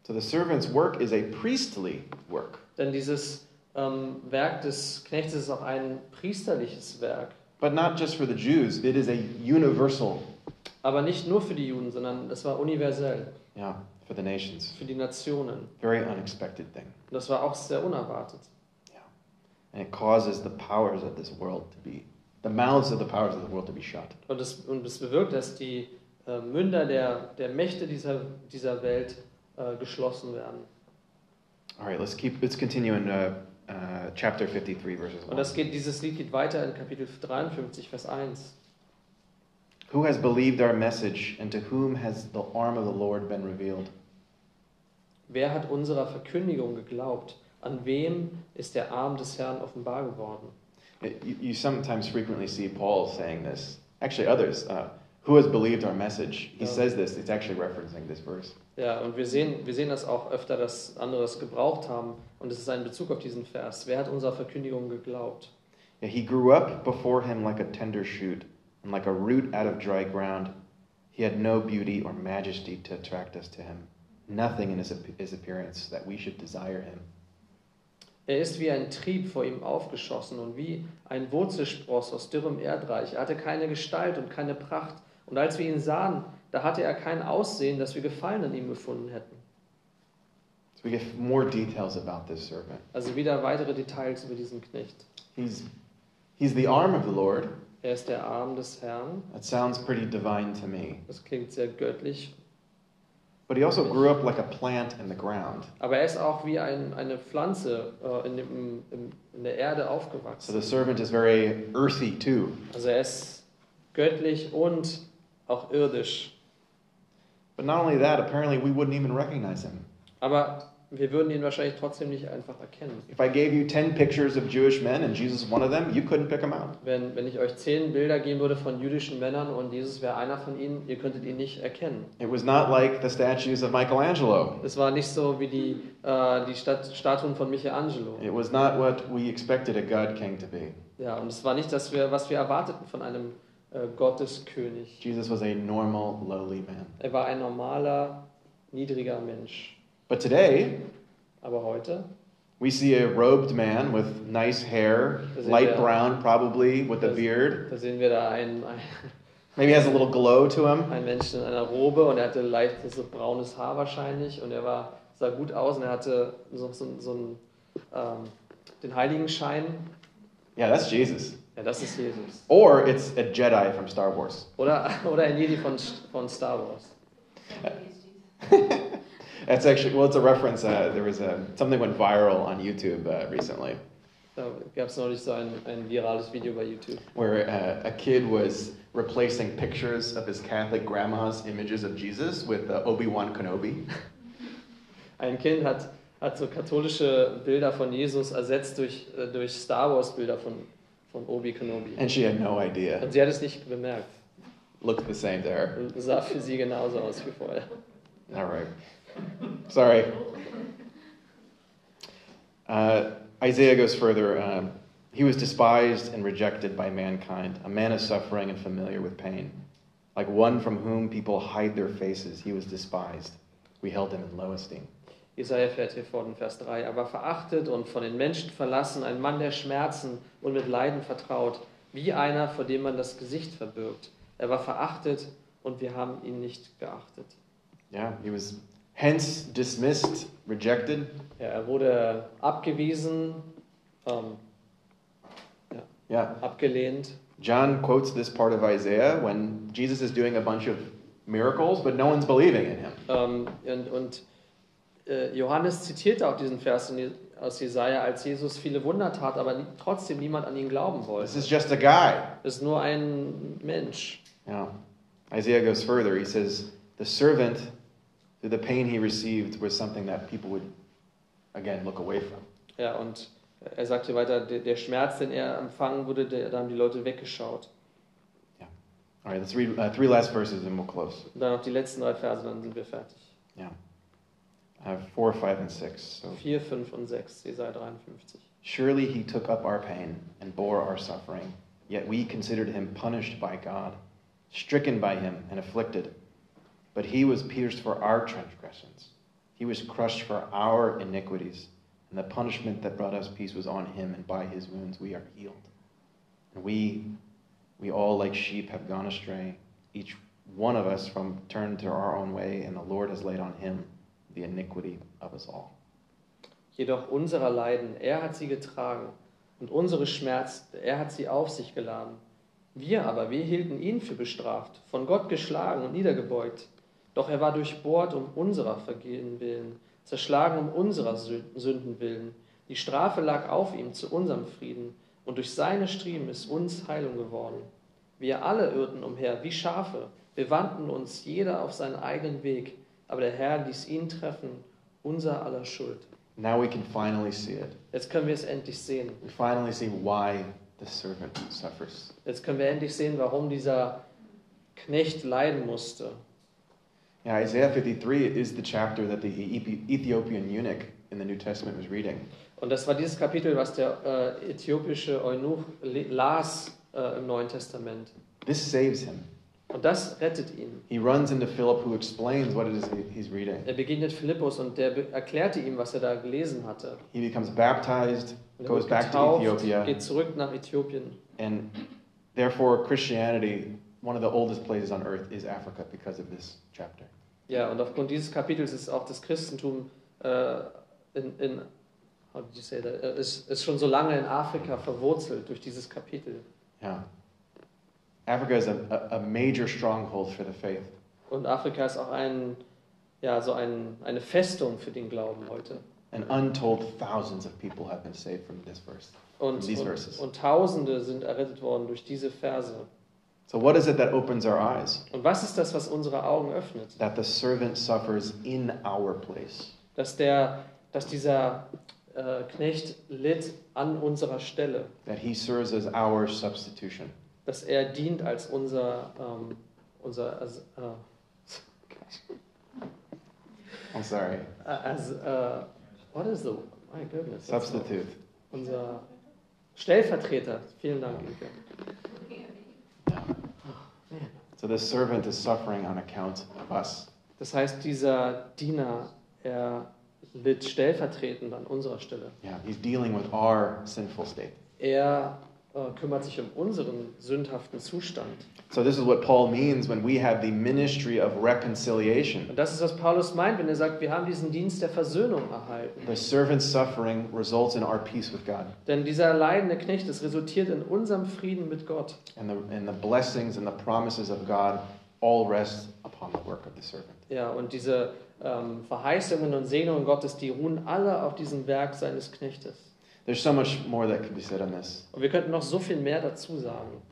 [SPEAKER 1] So the servant's work is a priestly work.
[SPEAKER 4] Denn dieses ähm, Werk des Knechtes ist auch ein priesterliches Werk.
[SPEAKER 1] But not just for the Jews, it is a universal,
[SPEAKER 4] Aber nicht nur für die Juden, sondern es war universell,
[SPEAKER 1] yeah, for the nations.
[SPEAKER 4] für die Nationen.
[SPEAKER 1] Very unexpected thing.
[SPEAKER 4] Und das war auch sehr unerwartet.
[SPEAKER 1] And it causes the powers of this world to be, the mouths of the powers of the world to be shut.
[SPEAKER 4] Und es, und es bewirkt, dass die äh, Münder der, der Mächte dieser, dieser Welt äh, geschlossen werden.
[SPEAKER 1] All right, let's keep, let's continue in uh, uh, chapter 53, verses
[SPEAKER 4] Und
[SPEAKER 1] 1.
[SPEAKER 4] das geht, dieses Lied geht weiter in Kapitel 53, Vers 1.
[SPEAKER 1] Who has believed our message, and to whom has the arm of the Lord been revealed?
[SPEAKER 4] Wer hat unserer Verkündigung geglaubt? An wem ist der Arm des Herrn offenbar geworden?
[SPEAKER 1] It- you, you sometimes frequently see Paul saying this. Actually, others. Uh, who has believed our message? He
[SPEAKER 4] Yeah.
[SPEAKER 1] says this. It's actually referencing this verse.
[SPEAKER 4] Ja, und wir sehen, wir sehen das auch öfter, dass andere es gebraucht haben. Und es ist ein Bezug auf diesen Vers. Wer hat unserer Verkündigung geglaubt?
[SPEAKER 1] Yeah, he grew up before him like a tender shoot, and like a root out of dry ground. He had no beauty or majesty to attract us to him, nothing in his, ap- his appearance that we should desire him.
[SPEAKER 4] Er ist wie ein Trieb vor ihm aufgeschossen und wie ein Wurzelspross aus dürrem Erdreich. Er hatte keine Gestalt und keine Pracht. Und als wir ihn sahen, da hatte er kein Aussehen, dass wir Gefallen an ihm gefunden hätten.
[SPEAKER 1] So we get more details about this servant.
[SPEAKER 4] Also wieder weitere Details über diesen Knecht.
[SPEAKER 1] He's, he's the arm of the Lord.
[SPEAKER 4] Er ist der Arm des Herrn.
[SPEAKER 1] That sounds pretty divine to me.
[SPEAKER 4] Das klingt sehr göttlich.
[SPEAKER 1] But he also grew up like a plant in the ground.
[SPEAKER 4] Aber er ist auch wie ein, eine Pflanze äh, in, dem, im, in der Erde
[SPEAKER 1] So
[SPEAKER 4] aufgewachsen.
[SPEAKER 1] the servant is very earthy too.
[SPEAKER 4] Also er ist göttlich und auch irdisch.
[SPEAKER 1] But not only that, apparently we wouldn't even recognize him.
[SPEAKER 4] Aber wir würden ihn wahrscheinlich trotzdem nicht einfach erkennen.
[SPEAKER 1] If I gave you 10 pictures of Jewish men and Jesus is one of them, you couldn't pick him out.
[SPEAKER 4] Wenn, wenn ich euch zehn Bilder geben würde von jüdischen Männern und Jesus wäre einer von ihnen, ihr könntet ihn nicht erkennen.
[SPEAKER 1] It was not like the statues of Michelangelo.
[SPEAKER 4] Es war nicht so wie die, äh, die Stat Statuen von Michelangelo.
[SPEAKER 1] It was not what we expected a God king to be.
[SPEAKER 4] Ja, und es war nicht das, wir, was wir erwarteten von einem äh, Gotteskönig.
[SPEAKER 1] Jesus was a normal, lowly man.
[SPEAKER 4] Er war ein normaler, niedriger Mensch.
[SPEAKER 1] But today,
[SPEAKER 4] Aber heute,
[SPEAKER 1] we see a robed man with nice hair,
[SPEAKER 4] Does he
[SPEAKER 1] light
[SPEAKER 4] have-
[SPEAKER 1] brown probably, with a
[SPEAKER 4] Does-
[SPEAKER 1] beard.
[SPEAKER 4] da sehen wir da einen,
[SPEAKER 1] Maybe has a little glow to him.
[SPEAKER 4] einen Menschen in einer Robe und er hatte leichtes so braunes Haar wahrscheinlich und er war, sah gut aus und er hatte so, so, so einen, ähm, den Heiligenschein.
[SPEAKER 1] Yeah, that's Jesus.
[SPEAKER 4] Ja, das ist Jesus.
[SPEAKER 1] Or it's a Jedi from Star Wars.
[SPEAKER 4] Oder, oder ein Jedi von, von Star Wars.
[SPEAKER 1] That's actually, well, it's a reference. Uh, there was a, something went viral on YouTube uh, recently
[SPEAKER 4] Da gab es neulich so ein, ein virales Video bei YouTube.
[SPEAKER 1] where uh, a kid was replacing pictures of his Catholic grandma's images of Jesus with uh, Obi Wan Kenobi.
[SPEAKER 4] Ein Kind hat, hat so katholische Bilder von Jesus ersetzt durch, äh, durch Star Wars Bilder von, von Obi Kenobi.
[SPEAKER 1] And she had no
[SPEAKER 4] Und
[SPEAKER 1] idea.
[SPEAKER 4] sie hat es nicht bemerkt.
[SPEAKER 1] Looked the same to her.
[SPEAKER 4] Und Sah für sie genauso aus wie vorher.
[SPEAKER 1] All right. Sorry. Uh, Isaiah goes further. Um, he was despised and rejected by mankind, a man of suffering and familiar with pain. Like one from whom people hide their faces, he was despised. We held him in low esteem.
[SPEAKER 4] Jesaja fährt hier fort in Vers 3. Aber verachtet und von den Menschen verlassen, ein Mann der Schmerzen und mit Leiden vertraut, wie einer, vor dem man das Gesicht verbirgt. Er war verachtet und wir haben ihn nicht geachtet.
[SPEAKER 1] Yeah, he was hence dismissed, rejected.
[SPEAKER 4] Ja, er wurde abgewiesen, ähm,
[SPEAKER 1] Yeah.
[SPEAKER 4] abgelehnt.
[SPEAKER 1] John quotes this part of Isaiah when Jesus is doing a bunch of miracles, but no one's believing in him.
[SPEAKER 4] Ähm, und und äh, Johannes zitierte auch diesen Vers in, aus Jesaja, als Jesus viele Wunder tat, aber nie, trotzdem niemand an ihn glauben
[SPEAKER 1] This
[SPEAKER 4] wollte.
[SPEAKER 1] is just a guy.
[SPEAKER 4] Es ist nur ein Mensch.
[SPEAKER 1] Now, Isaiah goes further. He says, The servant, through the pain he received, was something that people would, again, look away from.
[SPEAKER 4] Ja, und er sagt hier weiter, der, der Schmerz, den er empfangen wurde, der, da haben die Leute weggeschaut.
[SPEAKER 1] All right, let's read uh, three last verses and we'll close.
[SPEAKER 4] Und dann noch die letzten drei Verse, dann sind wir fertig.
[SPEAKER 1] Uh, four, five, and six. So,
[SPEAKER 4] 4, 5 und 6, Jesaja 53.
[SPEAKER 1] surely he took up our pain and bore our suffering, yet we considered him punished by God, stricken by him, and afflicted. But he was pierced for our transgressions, he was crushed for our iniquities, and the punishment that brought us peace was on him, and by his wounds we are healed. And we, we all like sheep have gone astray, each one of us from turned to our own way, and the Lord has laid on him the iniquity of us all.
[SPEAKER 4] jedoch unserer Leiden. Er hat sie getragen und unsere Schmerz, er hat sie auf sich geladen. Wir aber, wir hielten ihn für bestraft, von Gott geschlagen und niedergebeugt. Doch er war durchbohrt um unserer Vergehen willen, zerschlagen um unserer Sü- Sünden willen. Die Strafe lag auf ihm zu unserem Frieden, und durch seine Striemen ist uns Heilung geworden. Wir alle irrten umher wie Schafe, wir wandten uns jeder auf seinen eigenen Weg, aber der Herr ließ ihn treffen, unser aller Schuld.
[SPEAKER 1] Now we can finally see it.
[SPEAKER 4] Jetzt können wir es endlich sehen.
[SPEAKER 1] We finally see why the servant suffers.
[SPEAKER 4] Jetzt können wir endlich sehen, warum dieser Knecht leiden musste.
[SPEAKER 1] Yeah, Isaiah 53 is the chapter that the Ethi- Ethiopian eunuch in the New Testament was reading.
[SPEAKER 4] Und das war dieses Kapitel, was der äh, äthiopische Eunuch le- las äh, im Neuen Testament.
[SPEAKER 1] This saves him.
[SPEAKER 4] Und das rettet ihn.
[SPEAKER 1] He runs into Philip, who explains what it is he- he's reading.
[SPEAKER 4] Er begegnet Philippus und der be- erklärte ihm, was er da gelesen hatte.
[SPEAKER 1] He becomes baptized,
[SPEAKER 4] Und er
[SPEAKER 1] goes
[SPEAKER 4] wird
[SPEAKER 1] back to
[SPEAKER 4] getauft,
[SPEAKER 1] Ethiopia,
[SPEAKER 4] geht zurück nach Äthiopien.
[SPEAKER 1] and therefore Christianity, one of the oldest places on earth, is Africa because of this chapter.
[SPEAKER 4] Ja, und aufgrund dieses Kapitels ist auch das Christentum äh, in, in how did you say that? Äh, Ist, ist schon so lange in Afrika verwurzelt durch dieses Kapitel.
[SPEAKER 1] Yeah. Africa is a, a, a major stronghold for the faith.
[SPEAKER 4] Und Afrika ist auch ein ja, so ein, eine Festung für den Glauben heute.
[SPEAKER 1] And untold thousands of people have been saved from this verse.
[SPEAKER 4] Und,
[SPEAKER 1] These
[SPEAKER 4] und,
[SPEAKER 1] verses.
[SPEAKER 4] und Tausende sind errettet worden durch diese Verse.
[SPEAKER 1] So, what is it that opens our eyes?
[SPEAKER 4] Und was ist das, was unsere Augen öffnet?
[SPEAKER 1] That the servant suffers in our place.
[SPEAKER 4] Dass, der, dass dieser äh, Knecht litt an unserer Stelle,
[SPEAKER 1] That he serves as our substitution.
[SPEAKER 4] dass er dient als unser, ähm, unser als, äh,
[SPEAKER 1] I'm sorry.
[SPEAKER 4] als, äh, what is the, my goodness, that's not-
[SPEAKER 1] Substitute.
[SPEAKER 4] unser Stellvertreter. Vielen Dank, Inke.
[SPEAKER 1] So, the servant is suffering on account of us.
[SPEAKER 4] Das heißt, dieser Diener, er litt stellvertretend an unserer Stelle.
[SPEAKER 1] Yeah, he's dealing with our sinful state.
[SPEAKER 4] Er äh, kümmert sich um unseren sündhaften Zustand.
[SPEAKER 1] So, this is what Paul means when we have the ministry of reconciliation.
[SPEAKER 4] Und das ist, was Paulus meint, wenn er sagt, wir haben diesen Dienst der Versöhnung erhalten.
[SPEAKER 1] The servant's suffering results in our peace with God.
[SPEAKER 4] Denn dieser leidende Knecht, es resultiert in unserem Frieden mit Gott.
[SPEAKER 1] And the, and the blessings and the promises of God all rest upon the work of the servant.
[SPEAKER 4] Ja, und diese ähm, Verheißungen und Segnungen Gottes, die ruhen alle auf diesem Werk seines Knechtes.
[SPEAKER 1] There's so much more that could be said on this,
[SPEAKER 4] Und wir könnten noch so viel mehr dazu sagen.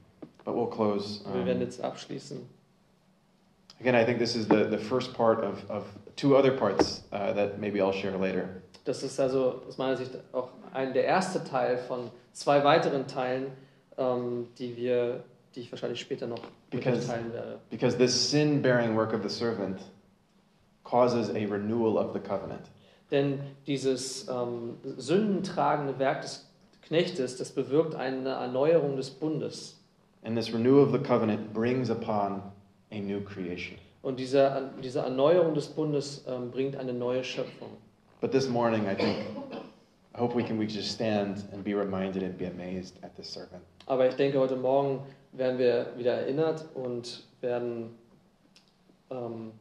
[SPEAKER 1] but we'll close.
[SPEAKER 4] Wir werden
[SPEAKER 1] Um,
[SPEAKER 4] jetzt abschließen.
[SPEAKER 1] again, I think this is the, the first part of, of two other parts uh, that maybe I'll share later.
[SPEAKER 4] Das ist also aus meiner Sicht auch ein der erste Teil von zwei weiteren Teilen, ähm, die wir, die ich wahrscheinlich später noch mit euch
[SPEAKER 1] Because-
[SPEAKER 4] teilen werde.
[SPEAKER 1] Because this sin bearing work of the servant causes a renewal of the covenant.
[SPEAKER 4] Denn dieses ähm, sündentragende Werk des Knechtes, das bewirkt eine Erneuerung des Bundes.
[SPEAKER 1] And this renewal of the covenant brings upon a new creation.
[SPEAKER 4] Und diese, diese Erneuerung des Bundes ähm, bringt eine neue Schöpfung.
[SPEAKER 1] But this morning, I think, I hope we can we just stand and be reminded and be amazed at this servant.
[SPEAKER 4] Aber ich denke, heute Morgen werden wir wieder erinnert und werden. Ähm,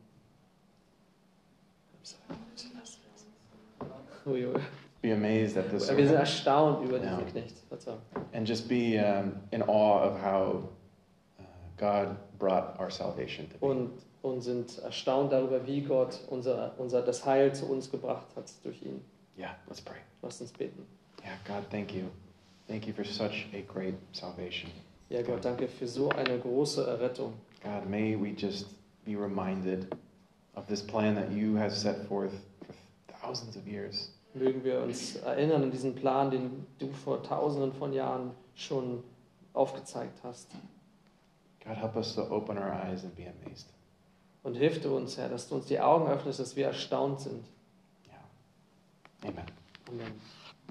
[SPEAKER 4] Uiui.
[SPEAKER 1] Be amazed at this
[SPEAKER 4] wir sind
[SPEAKER 1] servant.
[SPEAKER 4] erstaunt über diesen
[SPEAKER 1] Ja.
[SPEAKER 4] Knecht. Verzeihung.
[SPEAKER 1] And just be um, in awe of how uh, God brought our salvation to be.
[SPEAKER 4] Und, und sind erstaunt darüber, wie Gott unser, unser, das Heil zu uns gebracht hat durch ihn.
[SPEAKER 1] Yeah, let's pray.
[SPEAKER 4] Lasst uns beten.
[SPEAKER 1] Yeah, God, thank you. Thank you for such a great salvation.
[SPEAKER 4] Ja, Gott, danke für so eine große Errettung.
[SPEAKER 1] God, may we just be reminded of this plan that you have set forth for thousands of years.
[SPEAKER 4] Mögen wir uns erinnern an diesen Plan, den du vor tausenden von Jahren schon aufgezeigt hast.
[SPEAKER 1] God, help us to open our eyes and be amazed.
[SPEAKER 4] Und hilf du uns, Herr, dass du uns die Augen öffnest, dass wir erstaunt sind.
[SPEAKER 1] Amen.
[SPEAKER 4] Amen.